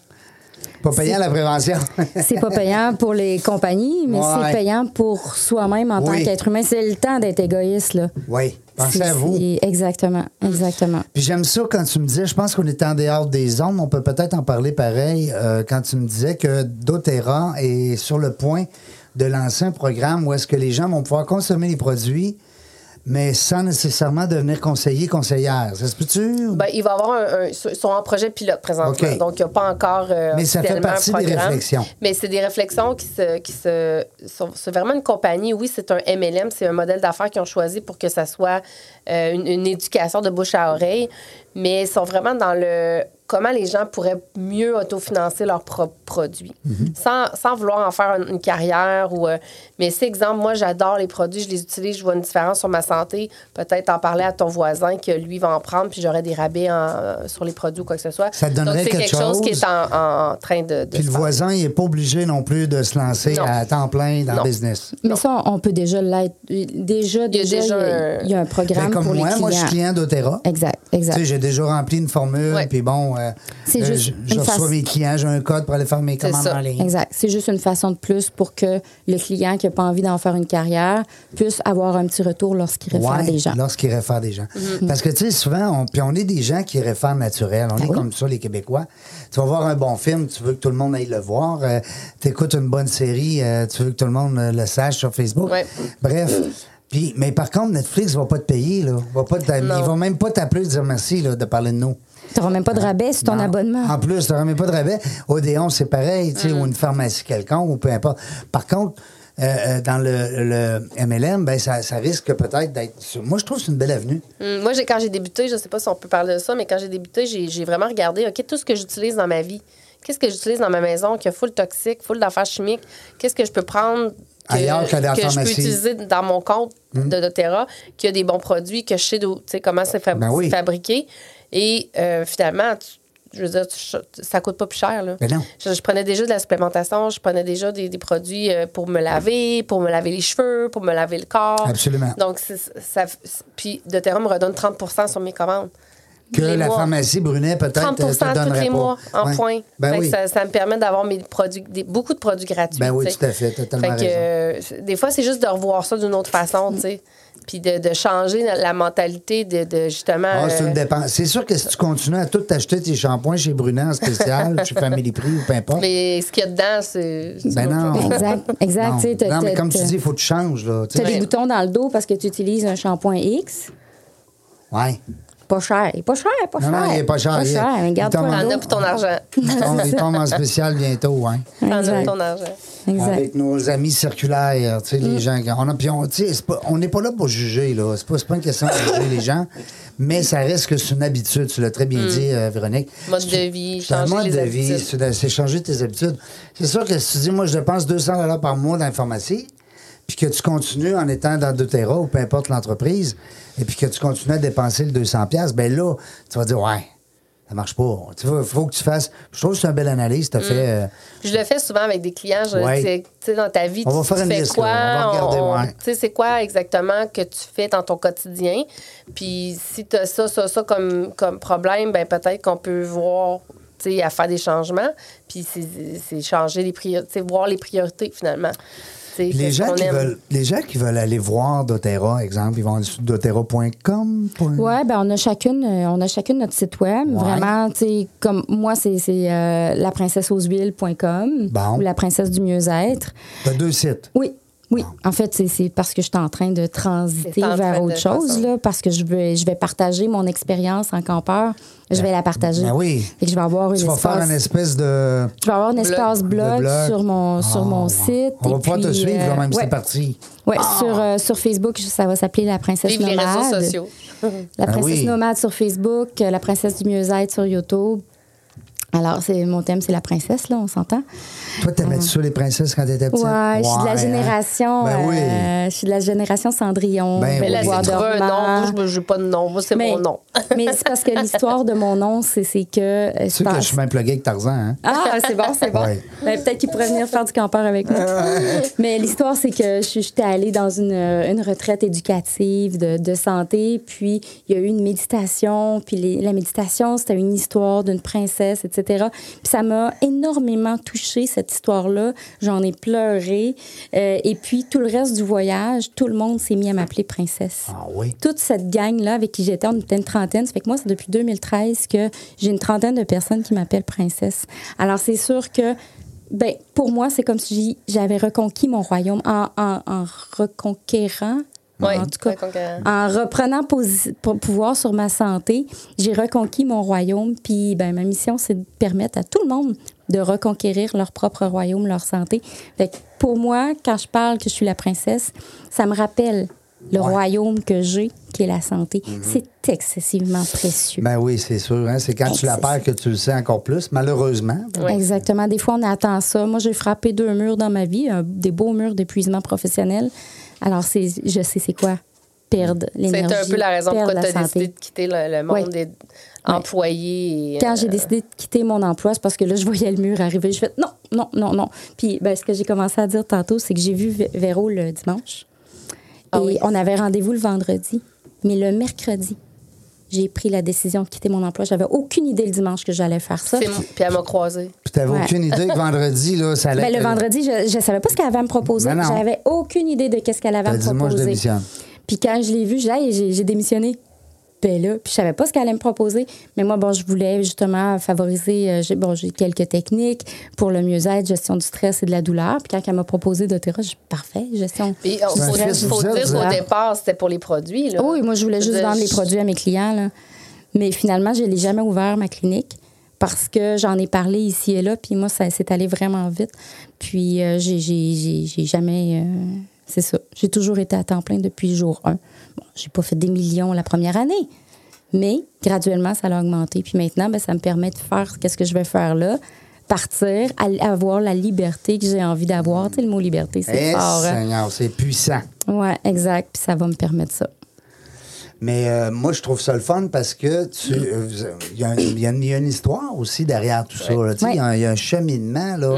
A: Pas payant la prévention.
D: C'est pas payant pour les compagnies, mais
A: Ouais.
D: c'est payant pour soi-même en
A: Oui.
D: tant qu'être humain. C'est le temps d'être égoïste, là.
A: oui. Pensez
D: C'est-
A: à vous.
D: c'est- Exactement, exactement.
A: Puis j'aime ça quand tu me disais, je pense qu'on est en dehors des zones, on peut peut-être en parler pareil, euh, quand tu me disais que doTERRA est sur le point de lancer un programme où est-ce que les gens vont pouvoir consommer les produits, mais sans nécessairement devenir conseiller, conseillère. Ça se peut-tu?
B: Ben, il va y avoir un, un- ils sont en projet pilote présentement,
A: OK.
B: donc il n'y a pas encore. euh,
A: Mais ça fait
B: officiellement un
A: partie des
B: programme.
A: réflexions.
B: Mais c'est des réflexions qui se, qui se sont- c'est vraiment une compagnie. Oui, c'est un MLM, c'est un modèle d'affaires qu'ils ont choisi pour que ça soit euh, une, une éducation de bouche à oreille, mais ils sont vraiment dans le comment les gens pourraient mieux autofinancer leurs propres produits,
A: Mm-hmm.
B: sans, sans vouloir en faire une, une carrière ou. euh, mais c'est exemple, moi j'adore les produits, je les utilise, je vois une différence sur ma santé. Peut-être en parler à ton voisin que lui va en prendre, puis j'aurais des rabais en- sur les produits ou quoi que ce soit.
A: Ça te donnerait
B: Donc, c'est
A: quelque
B: quelque chose, qui
A: chose.
B: est en, en- en train de. de
A: Puis
B: se
A: le
B: faire.
A: voisin, il n'est pas obligé non plus de se lancer
B: Non.
A: à temps plein dans
B: Non.
A: le business.
D: Mais ça, on peut déjà l'être. Déjà,
B: Il y a
D: déjà, il y
B: déjà
D: a,
B: un-
D: il y a un
A: Ben,
D: programme
A: comme
D: pour
A: moi,
D: les clients.
A: moi je suis client doTERRA.
D: Exact,
A: Tu
D: exact.
A: sais, j'ai déjà rempli une formule,
B: Ouais.
A: puis bon, euh,
D: C'est
A: euh,
D: juste
A: je,
D: une
A: je reçois
D: face-
A: mes clients, j'ai un code pour aller faire mes
B: C'est
A: commandes
B: ça.
A: en ligne.
D: Exact. C'est juste une façon de plus pour que le client qui n'a pas envie d'en faire une carrière puisse avoir un petit retour lorsqu'il réfère
A: Ouais,
D: des gens. Mm-hmm.
A: Lorsqu'ils réfèrent des gens. Parce que, tu sais, souvent, on, puis on est des gens qui réfèrent naturel. On est
D: Ben oui.
A: comme ça, les Québécois. Tu vas voir un bon film, tu veux que tout le monde aille le voir. tu écoutes une bonne série, euh, tu veux que tout le monde euh, le sache sur Facebook.
B: Ouais.
A: Bref. Puis, mais par contre, Netflix va pas te payer. Là. Va pas t'am-
B: Non.
A: il va même pas t'appeler et dire merci là, de parler de nous.
D: Tu n'auras même pas de rabais sur ton
A: Non.
D: abonnement.
A: Ah. En plus, tu remets pas de rabais. Odéon, c'est pareil, tu sais,
B: Mm.
A: ou une pharmacie quelconque, ou peu importe. Par contre, euh, euh, dans le, le MLM, ben, ça, ça risque peut-être d'être. Moi, je trouve que c'est une belle avenue.
B: Hum, Moi, j'ai- quand j'ai débuté, je ne sais pas si on peut parler de ça, mais quand j'ai débuté, j'ai j'ai vraiment regardé OK, tout ce que j'utilise dans ma vie. Qu'est-ce que j'utilise dans ma maison qui a full toxique, full d'affaires chimiques? Qu'est-ce que je peux prendre que,
A: Ailleurs que dans la
B: que je peux
A: pharmacie. Hmm.
B: utiliser dans mon compte de doTERRA, qui a des bons produits, que je sais d'où- tu sais, comment c'est fab-
A: Ben oui.
B: fabriqué. Et euh, finalement, tu- je veux dire, tu- ça coûte pas plus cher. Là.
A: Ben non.
B: Je, je prenais déjà de la supplémentation, je prenais déjà des, des produits euh, pour me laver, pour me laver les cheveux, pour me laver le corps.
A: Absolument.
B: Donc, c'est- ça, c'est- puis doTERRA me redonne 30 sur mes commandes.
A: que
B: les
A: la
B: mois.
A: pharmacie Brunet peut-être
B: 30
A: euh, te
B: tous
A: donnerait
B: les
A: pas.
B: mois en
A: Ouais.
B: points.
A: Ben
B: Fait que
A: oui.
B: ça, ça me permet d'avoir mes produits, des- beaucoup de produits gratuits.
A: Ben oui,
B: tu sais.
A: tout à fait, t'as tellement
B: Fait que,
A: raison.
B: euh, c'est- des fois, c'est juste de revoir ça d'une autre façon, tu sais. Puis de, de changer la, la mentalité de, de justement.
A: Ah, c'est
B: euh,
A: une dépense. C'est sûr que si tu continues à tout acheter tes shampoings chez Brunet en spécial, chez Family Prix ou peu importe.
B: mais ce qu'il y a dedans, c'est. c'est
A: Ben
B: autre chose.
A: non.
D: Exact, exact,
A: Non,
D: tu sais, t'as-
A: Non, mais
D: t'as-
A: comme tu
D: t'as-
A: dis, il faut que tu changes, là. tu
D: Tu
A: sais.
D: as des
B: Ouais.
D: boutons dans le dos parce que tu utilises un shampoing X.
A: Ouais.
D: Pas cher. Il est Pas cher, pas
A: Non,
D: cher.
A: non, il est pas cher, il est- il
D: Garde-toi
A: tombe en
D: le
B: T'en
D: dos.
B: as pour ton argent.
A: Il tombe- il tombe en spécial bientôt, hein.
B: T'en as pour
D: Exact.
B: ton argent.
D: Exact.
A: Avec nos amis circulaires, tu sais,
B: Mm.
A: les gens. qui- On a- puis on- tu sais, c'est pas- on n'est pas là pour juger, là. C'est pas, c'est pas une question de juger les gens, mais ça reste que c'est une habitude. Tu l'as très bien dit, euh, Véronique.
B: Mm. Mode
A: C'est-
B: de vie,
A: c'est un
B: changer
A: mode
B: les
A: de vie,
B: habitudes.
A: c'est de- c'est changer tes habitudes. C'est sûr que si tu dis, moi, je dépense 200 par mois dans la pharmacie, puis que tu continues en étant dans doTERRA ou peu importe l'entreprise, et puis que tu continues à dépenser le 200 ben là, tu vas dire, ouais, ça marche pas. Tu vois, faut que tu fasses... Je trouve que c'est une belle analyse,
B: Mm.
A: tu as fait... euh,
B: Je le fais souvent avec des clients. Je-
A: Ouais.
B: c'est- Tu sais, dans ta vie,
A: On va
B: tu,
A: faire
B: tu
A: une
B: fais
A: liste,
B: quoi?
A: là. On va regarder,
B: On- on-
A: ouais.
B: Tu sais, c'est quoi exactement que tu fais dans ton quotidien? Puis si tu as ça, ça, ça comme, comme problème, ben peut-être qu'on peut voir, tu sais, à faire des changements. Puis c'est c'est changer les priorités, tu sais, voir les priorités finalement. Tu sais,
A: Puis les
B: qu'est-ce
A: gens,
B: qu'on
A: qui
B: aime.
A: veulent, les gens qui veulent aller voir doTERRA, exemple, ils vont sur doTERRA.com. point-
D: Ouais, ben on a chacune, euh, on a chacune notre site web.
A: Ouais.
D: Vraiment, tu sais, comme moi, c'est c'est, euh, laprincesseauxhuiles.com
A: Bon.
D: ou la princesse du mieux-être.
A: T'as deux sites.
D: Oui. Oui,
A: Ah.
D: en fait, c'est- c'est parce que je suis en train de transiter
B: C'est en train
D: vers
B: de
D: autre
B: faire
D: chose,
B: ça.
D: là, parce que je vais, je vais partager mon expérience en campeur. Je vais la partager.
A: Ben oui.
D: Fait que je vais avoir une
A: Tu vas faire
D: espace,
A: une espèce de.
D: je vais avoir un espace blog,
A: de blog.
D: sur mon, sur
A: Ah,
D: mon
A: ouais.
D: site.
A: On va
D: et
A: pouvoir te
D: puis,
A: suivre,
D: euh,
A: quand même,
D: ouais.
A: c'est parti.
D: Ouais, sur, euh, sur Facebook, ça va s'appeler La Princesse
B: Vivre Ah. les
D: Nomade.
B: réseaux sociaux.
D: La
A: Ah
D: Princesse
A: oui.
D: Nomade sur Facebook, euh, La Princesse du Mieux-être sur YouTube. Alors, c'est mon thème, c'est la princesse, là, on s'entend.
A: Toi, t'aimais tu ça les princesses quand t'étais petite?
D: Mm-hmm. Ouais, je suis de la
A: Ouais, hein?
D: génération.
A: Ben oui.
D: euh, je suis de la génération Cendrillon.
A: Ben
B: Mais là,
A: oui.
B: c'est
D: Bois
B: trop un
D: dormant.
B: nom. Moi, je n'ai pas de nom. Moi, c'est
D: Mais-
B: mon nom.
D: mais c'est parce que l'histoire de mon nom, c'est c'est que. euh, je
A: Tu sais que je
D: pense-
A: suis même plugué avec Tarzan, hein?
D: Ah, c'est bon, c'est bon.
A: Ouais.
D: Ben, Peut-être qu'il pourrait venir faire du campeur avec nous. Mais l'histoire, c'est que je- j'étais allée dans une, euh, une retraite éducative de, de santé, puis il y a eu une méditation, puis les- la méditation, c'était une histoire d'une princesse, etc. Puis ça m'a énormément touchée, cette histoire-là. J'en ai pleuré. Euh, et puis, tout le reste du voyage, tout le monde s'est mis à m'appeler princesse
A: Ah oui.
D: toute cette gang-là avec qui j'étais, on était une trentaine. Ça fait que moi, c'est depuis 2013 que j'ai une trentaine de personnes qui m'appellent princesse. Alors, c'est sûr que, ben, pour moi, c'est comme si j'y- j'avais reconquis mon royaume en, en- en reconquérant.
B: Ouais,
D: en tout cas,
B: reconquérant.
D: en reprenant posi- pour pouvoir sur ma santé, j'ai reconquis mon royaume. Puis, ben, ma mission, c'est de permettre à tout le monde de reconquérir leur propre royaume, leur santé. Fait que pour moi, quand je parle que je suis la princesse, ça me rappelle le
A: Ouais.
D: royaume que j'ai, qui est la santé. C'est excessivement précieux.
A: Ben oui, c'est sûr. Hein? C'est quand tu la perds que tu le sais encore plus, malheureusement.
B: Ouais.
D: Exactement. Des fois, on attend ça. Moi, j'ai frappé deux murs dans ma vie, un- des beaux murs d'épuisement professionnel. Alors, c'est, je sais c'est quoi perdre l'énergie.
B: C'était un peu la raison
D: perdre
B: pourquoi tu as
D: la santé.
B: décidé de quitter le, le monde
D: Ouais.
B: des employés. et,
D: Quand j'ai
B: euh,
D: décidé de quitter mon emploi, c'est parce que là, je voyais le mur arriver. Je fais non, non, non, non. Puis, ben, ce que j'ai commencé à dire tantôt, c'est que j'ai vu Vé- Véro le dimanche.
B: Ah
D: et
B: oui.
D: on avait rendez-vous le vendredi. Mais le mercredi, j'ai pris la décision de quitter mon emploi. J'avais aucune idée le dimanche que j'allais faire ça.
B: c'est- Puis elle m'a croisée.
A: Puis t'avais
D: Ouais.
A: aucune idée que vendredi, là, ça allait.
D: Ben, le vendredi, je ne savais pas ce qu'elle avait à me proposer.
A: Ben non.
D: J'avais aucune idée de qu'est-ce qu'elle avait à
A: T'as
D: me
A: dit, moi, je
D: proposer.
A: démissionne.
D: Puis quand je l'ai vue, j'ai, hey, j'ai, j'ai démissionné. Ben là, puis je savais pas ce qu'elle allait me proposer. Mais moi, bon, je voulais justement favoriser. euh, j'ai, bon, j'ai quelques techniques pour le mieux-être, gestion du stress et de la douleur. Puis quand elle m'a proposé doTERRA, j'ai dit, parfait, gestion.
B: Puis il
D: du
B: faut,
D: stress.
A: fils,
B: faut
A: vous
B: dire
A: êtes,
B: qu'au
A: hein?
B: départ, c'était pour les produits. Là.
D: Oh Oui, moi, je voulais juste
B: veux
D: vendre
B: dire,
D: les produits à mes clients. Là. Mais finalement, je n'ai jamais ouvert ma clinique parce que j'en ai parlé ici et là. Puis moi, ça s'est allé vraiment vite. Puis euh, j'ai- j'ai j'ai- j'ai jamais. euh, c'est ça. J'ai toujours été à temps plein depuis jour 1. Bon, j'ai pas fait des millions la première année. Mais graduellement, ça a augmenté. Puis maintenant, ben, ça me permet de faire qu'est-ce que je vais faire là. Partir, aller- avoir la liberté que j'ai envie d'avoir. Tu sais, le mot liberté, c'est
A: Eh,
D: fort. hein?
A: Seigneur, c'est puissant.
D: Ouais, exact. Puis ça va me permettre ça.
A: Mais euh, moi, je trouve ça le fun parce que tu- euh, vous- il y, a un- il y a une- il y a une histoire aussi derrière tout ça. là. Tu sais, Il y a un- il y, a un cheminement, là,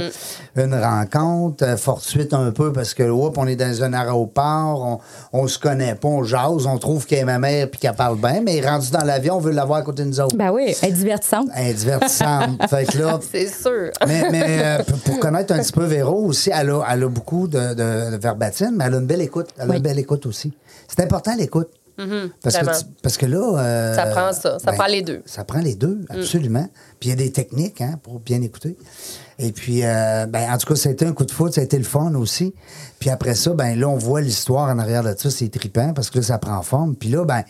A: une rencontre euh, fortuite un peu parce que oups, on est dans un aéroport, on, on se connaît pas, on jase, on trouve qu'elle est ma mère puis qu'elle parle bien, mais rendu dans l'avion, on veut l'avoir à côté de nous autres.
D: Ben oui, elle est divertissante.
A: Elle est divertissante. fait que là,
B: C'est sûr.
A: mais, mais, euh, p- pour connaître un petit peu Véro aussi, elle a, elle a beaucoup de, de, de verbatim, mais elle a une belle écoute. Elle a
D: Oui.
A: une belle écoute aussi. C'est important l'écoute. parce,
B: Mm-hmm,
A: que
B: vraiment.
A: tu- parce que là. euh,
B: Ça prend ça. Ça
A: ben,
B: prend les deux. Mm.
A: Ça prend les deux, absolument. Puis il y a des techniques hein, pour bien écouter. Et puis, euh, ben, en tout cas, ça a été un coup de foot, ça a été le fun aussi. Puis après ça, ben là, on voit l'histoire en arrière de ça, c'est trippant parce que là, ça prend forme. Puis là, ben,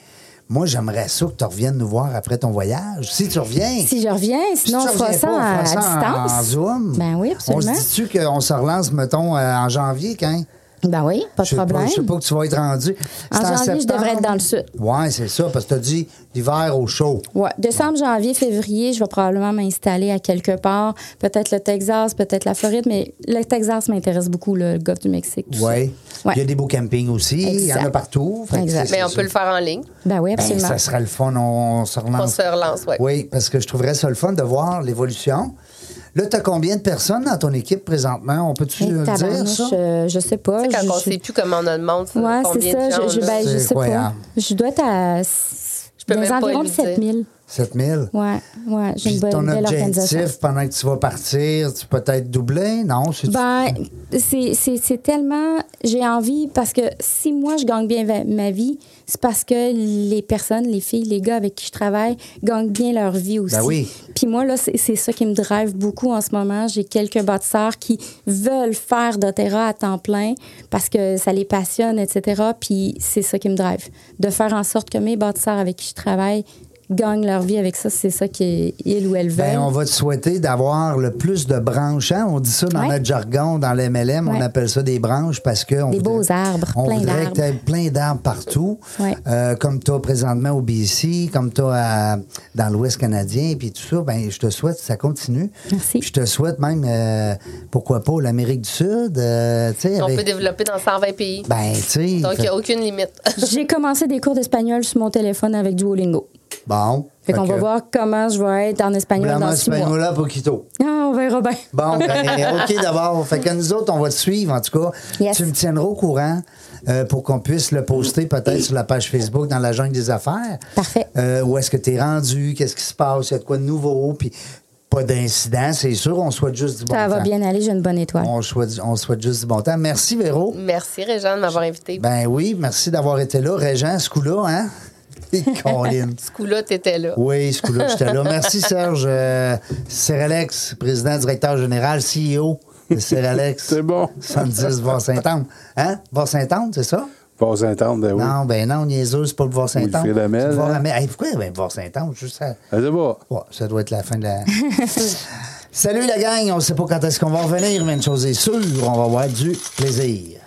A: moi, j'aimerais ça que tu reviennes nous voir après ton voyage. Si tu reviens.
D: Si je reviens, sinon
A: Si
D: on
A: tu
D: fera
A: reviens
D: ça
A: pas, on
D: à, à
A: fera ça en-
D: distance.
A: En Zoom.
D: Ben oui,
A: On
D: absolument.
A: se dit-tu qu'on se relance, mettons, euh, en janvier, quand?
D: Ben oui, pas de
A: je sais
D: problème.
A: Pas, je sais pas que tu vas être rendu.
D: En janvier, je devrais être dans le sud.
A: Oui, c'est ça, parce que tu as dit l'hiver au chaud.
D: Ouais, décembre, janvier, février, je vais probablement m'installer à quelque part. Peut-être le Texas, peut-être la Floride, mais le Texas m'intéresse beaucoup, le golfe du Mexique. tout ça.
A: Oui.
D: Ouais.
A: Il y a des beaux campings aussi. Il y en a
D: Exact.
A: partout. Fait que
D: Exact.
A: c'est-
B: Mais on
A: c'est-
B: peut le faire en ligne.
D: Ben oui,
A: Ben,
D: absolument.
A: ça serait le fun, on, on se relance.
B: On se relance, ouais.
A: Oui, parce que je trouverais ça le fun de voir l'évolution. Là, tu as combien de personnes dans ton équipe présentement? On peut-tu
D: Hey,
A: le dire,
D: tabarnouche,
A: ça?
D: euh, je sais pas.
B: Tu sais,
D: je-
B: quand on
D: je-
B: sait plus comment on demande, ça,
D: Ouais, c'est
B: combien
D: ça.
B: de gens.
D: Je, je,
B: on a.
D: ben, je
A: C'est
D: sais pas.
A: incroyable.
D: Je dois être à. Je
B: peux même pas
D: environ
B: lui
D: de 7000.
A: 7000?
D: Ouais, ouais. J'ai
A: Puis
D: une bonne,
A: ton
D: belle organisation.
A: objectif pendant que tu vas partir, tu peux être doublé? Non, c'est
D: Ben, c'est- c'est c'est tellement. J'ai envie, parce que si moi, je gagne bien va- ma vie, c'est parce que les personnes, les filles, les gars avec qui je travaille gagnent bien leur vie aussi.
A: Ben oui.
D: Puis moi, là, c'est c'est ça qui me drive beaucoup en ce moment. J'ai quelques bâtisseurs qui veulent faire d'Otera à temps plein parce que ça les passionne, etc. Puis c'est ça qui me drive. De faire en sorte que mes bâtisseurs avec qui je travaille gagnent leur vie avec ça, c'est ça qu'ils ou elles veulent.
A: Ben, on va te souhaiter d'avoir le plus de branches. hein. On dit ça dans
D: Ouais.
A: notre jargon, dans l'MLM, on
D: Ouais.
A: appelle ça des branches parce que... On
D: Des beaux arbres,
A: on
D: plein
A: voudrait que
D: d'arbres.
A: t'aies plein d'arbres partout,
D: Ouais.
A: Euh, comme tu as présentement au BC, comme tu as dans l'Ouest canadien, puis tout ça. Ben, je te souhaite que ça continue.
D: Merci.
A: Je te souhaite même, euh, pourquoi pas, l'Amérique du Sud. euh, tu sais,
B: On
A: avec-
B: peut développer dans 120 pays.
A: Ben, tu sais...
B: Donc, il n'y
A: fait-
B: a aucune limite.
D: J'ai commencé des cours d'espagnol sur mon téléphone avec Duolingo.
A: Bon.
D: Fait qu'on va voir comment je vais être en espagnol dans six mois.
A: là pour Quito.
D: Ah, on verra bien.
A: Bon, ben, OK d'abord. Fait que nous autres, on va te suivre, en tout cas.
D: Yes.
A: Tu me tiendras au courant euh, pour qu'on puisse le poster peut-être sur la page Facebook dans la jungle des affaires.
D: Parfait.
A: Euh, où est-ce que tu es rendu? Qu'est-ce qui se passe? Il y a de quoi de nouveau? Puis pas d'incident, c'est sûr. On souhaite juste du bon
D: Ça
A: temps.
D: va bien aller, j'ai une bonne étoile.
A: On souhaite, on souhaite juste du bon temps. Merci, Véro.
B: Merci, Réjean, de m'avoir invité.
A: Ben oui, merci d'avoir été là. Régent, ce coup-là, hein? Et Colin.
B: Ce coup-là, tu étais là.
A: Oui, ce coup-là, j'étais là. Merci, Serge. Euh, Seralex, président, directeur général, CEO de Seralex.
E: C'est bon.
A: 70 Bas-Saint-Anne. Hein? Bas-Saint-Anne, c'est ça?
E: Pas entendre, ben oui.
A: Non, ben non, niaiseux, c'est pas le Bas-Saint-Anne.
E: Oui, le Philomèle,
A: C'est le
E: hein?
A: Bas-Ramel. Hey, pourquoi ben, Bas-Saint-Anne? Juste à-
E: Je sais pas.
A: Ouais, ça doit être la fin de la. Salut la gang, on sait pas quand est-ce qu'on va revenir, mais une chose est sûre, on va avoir du plaisir.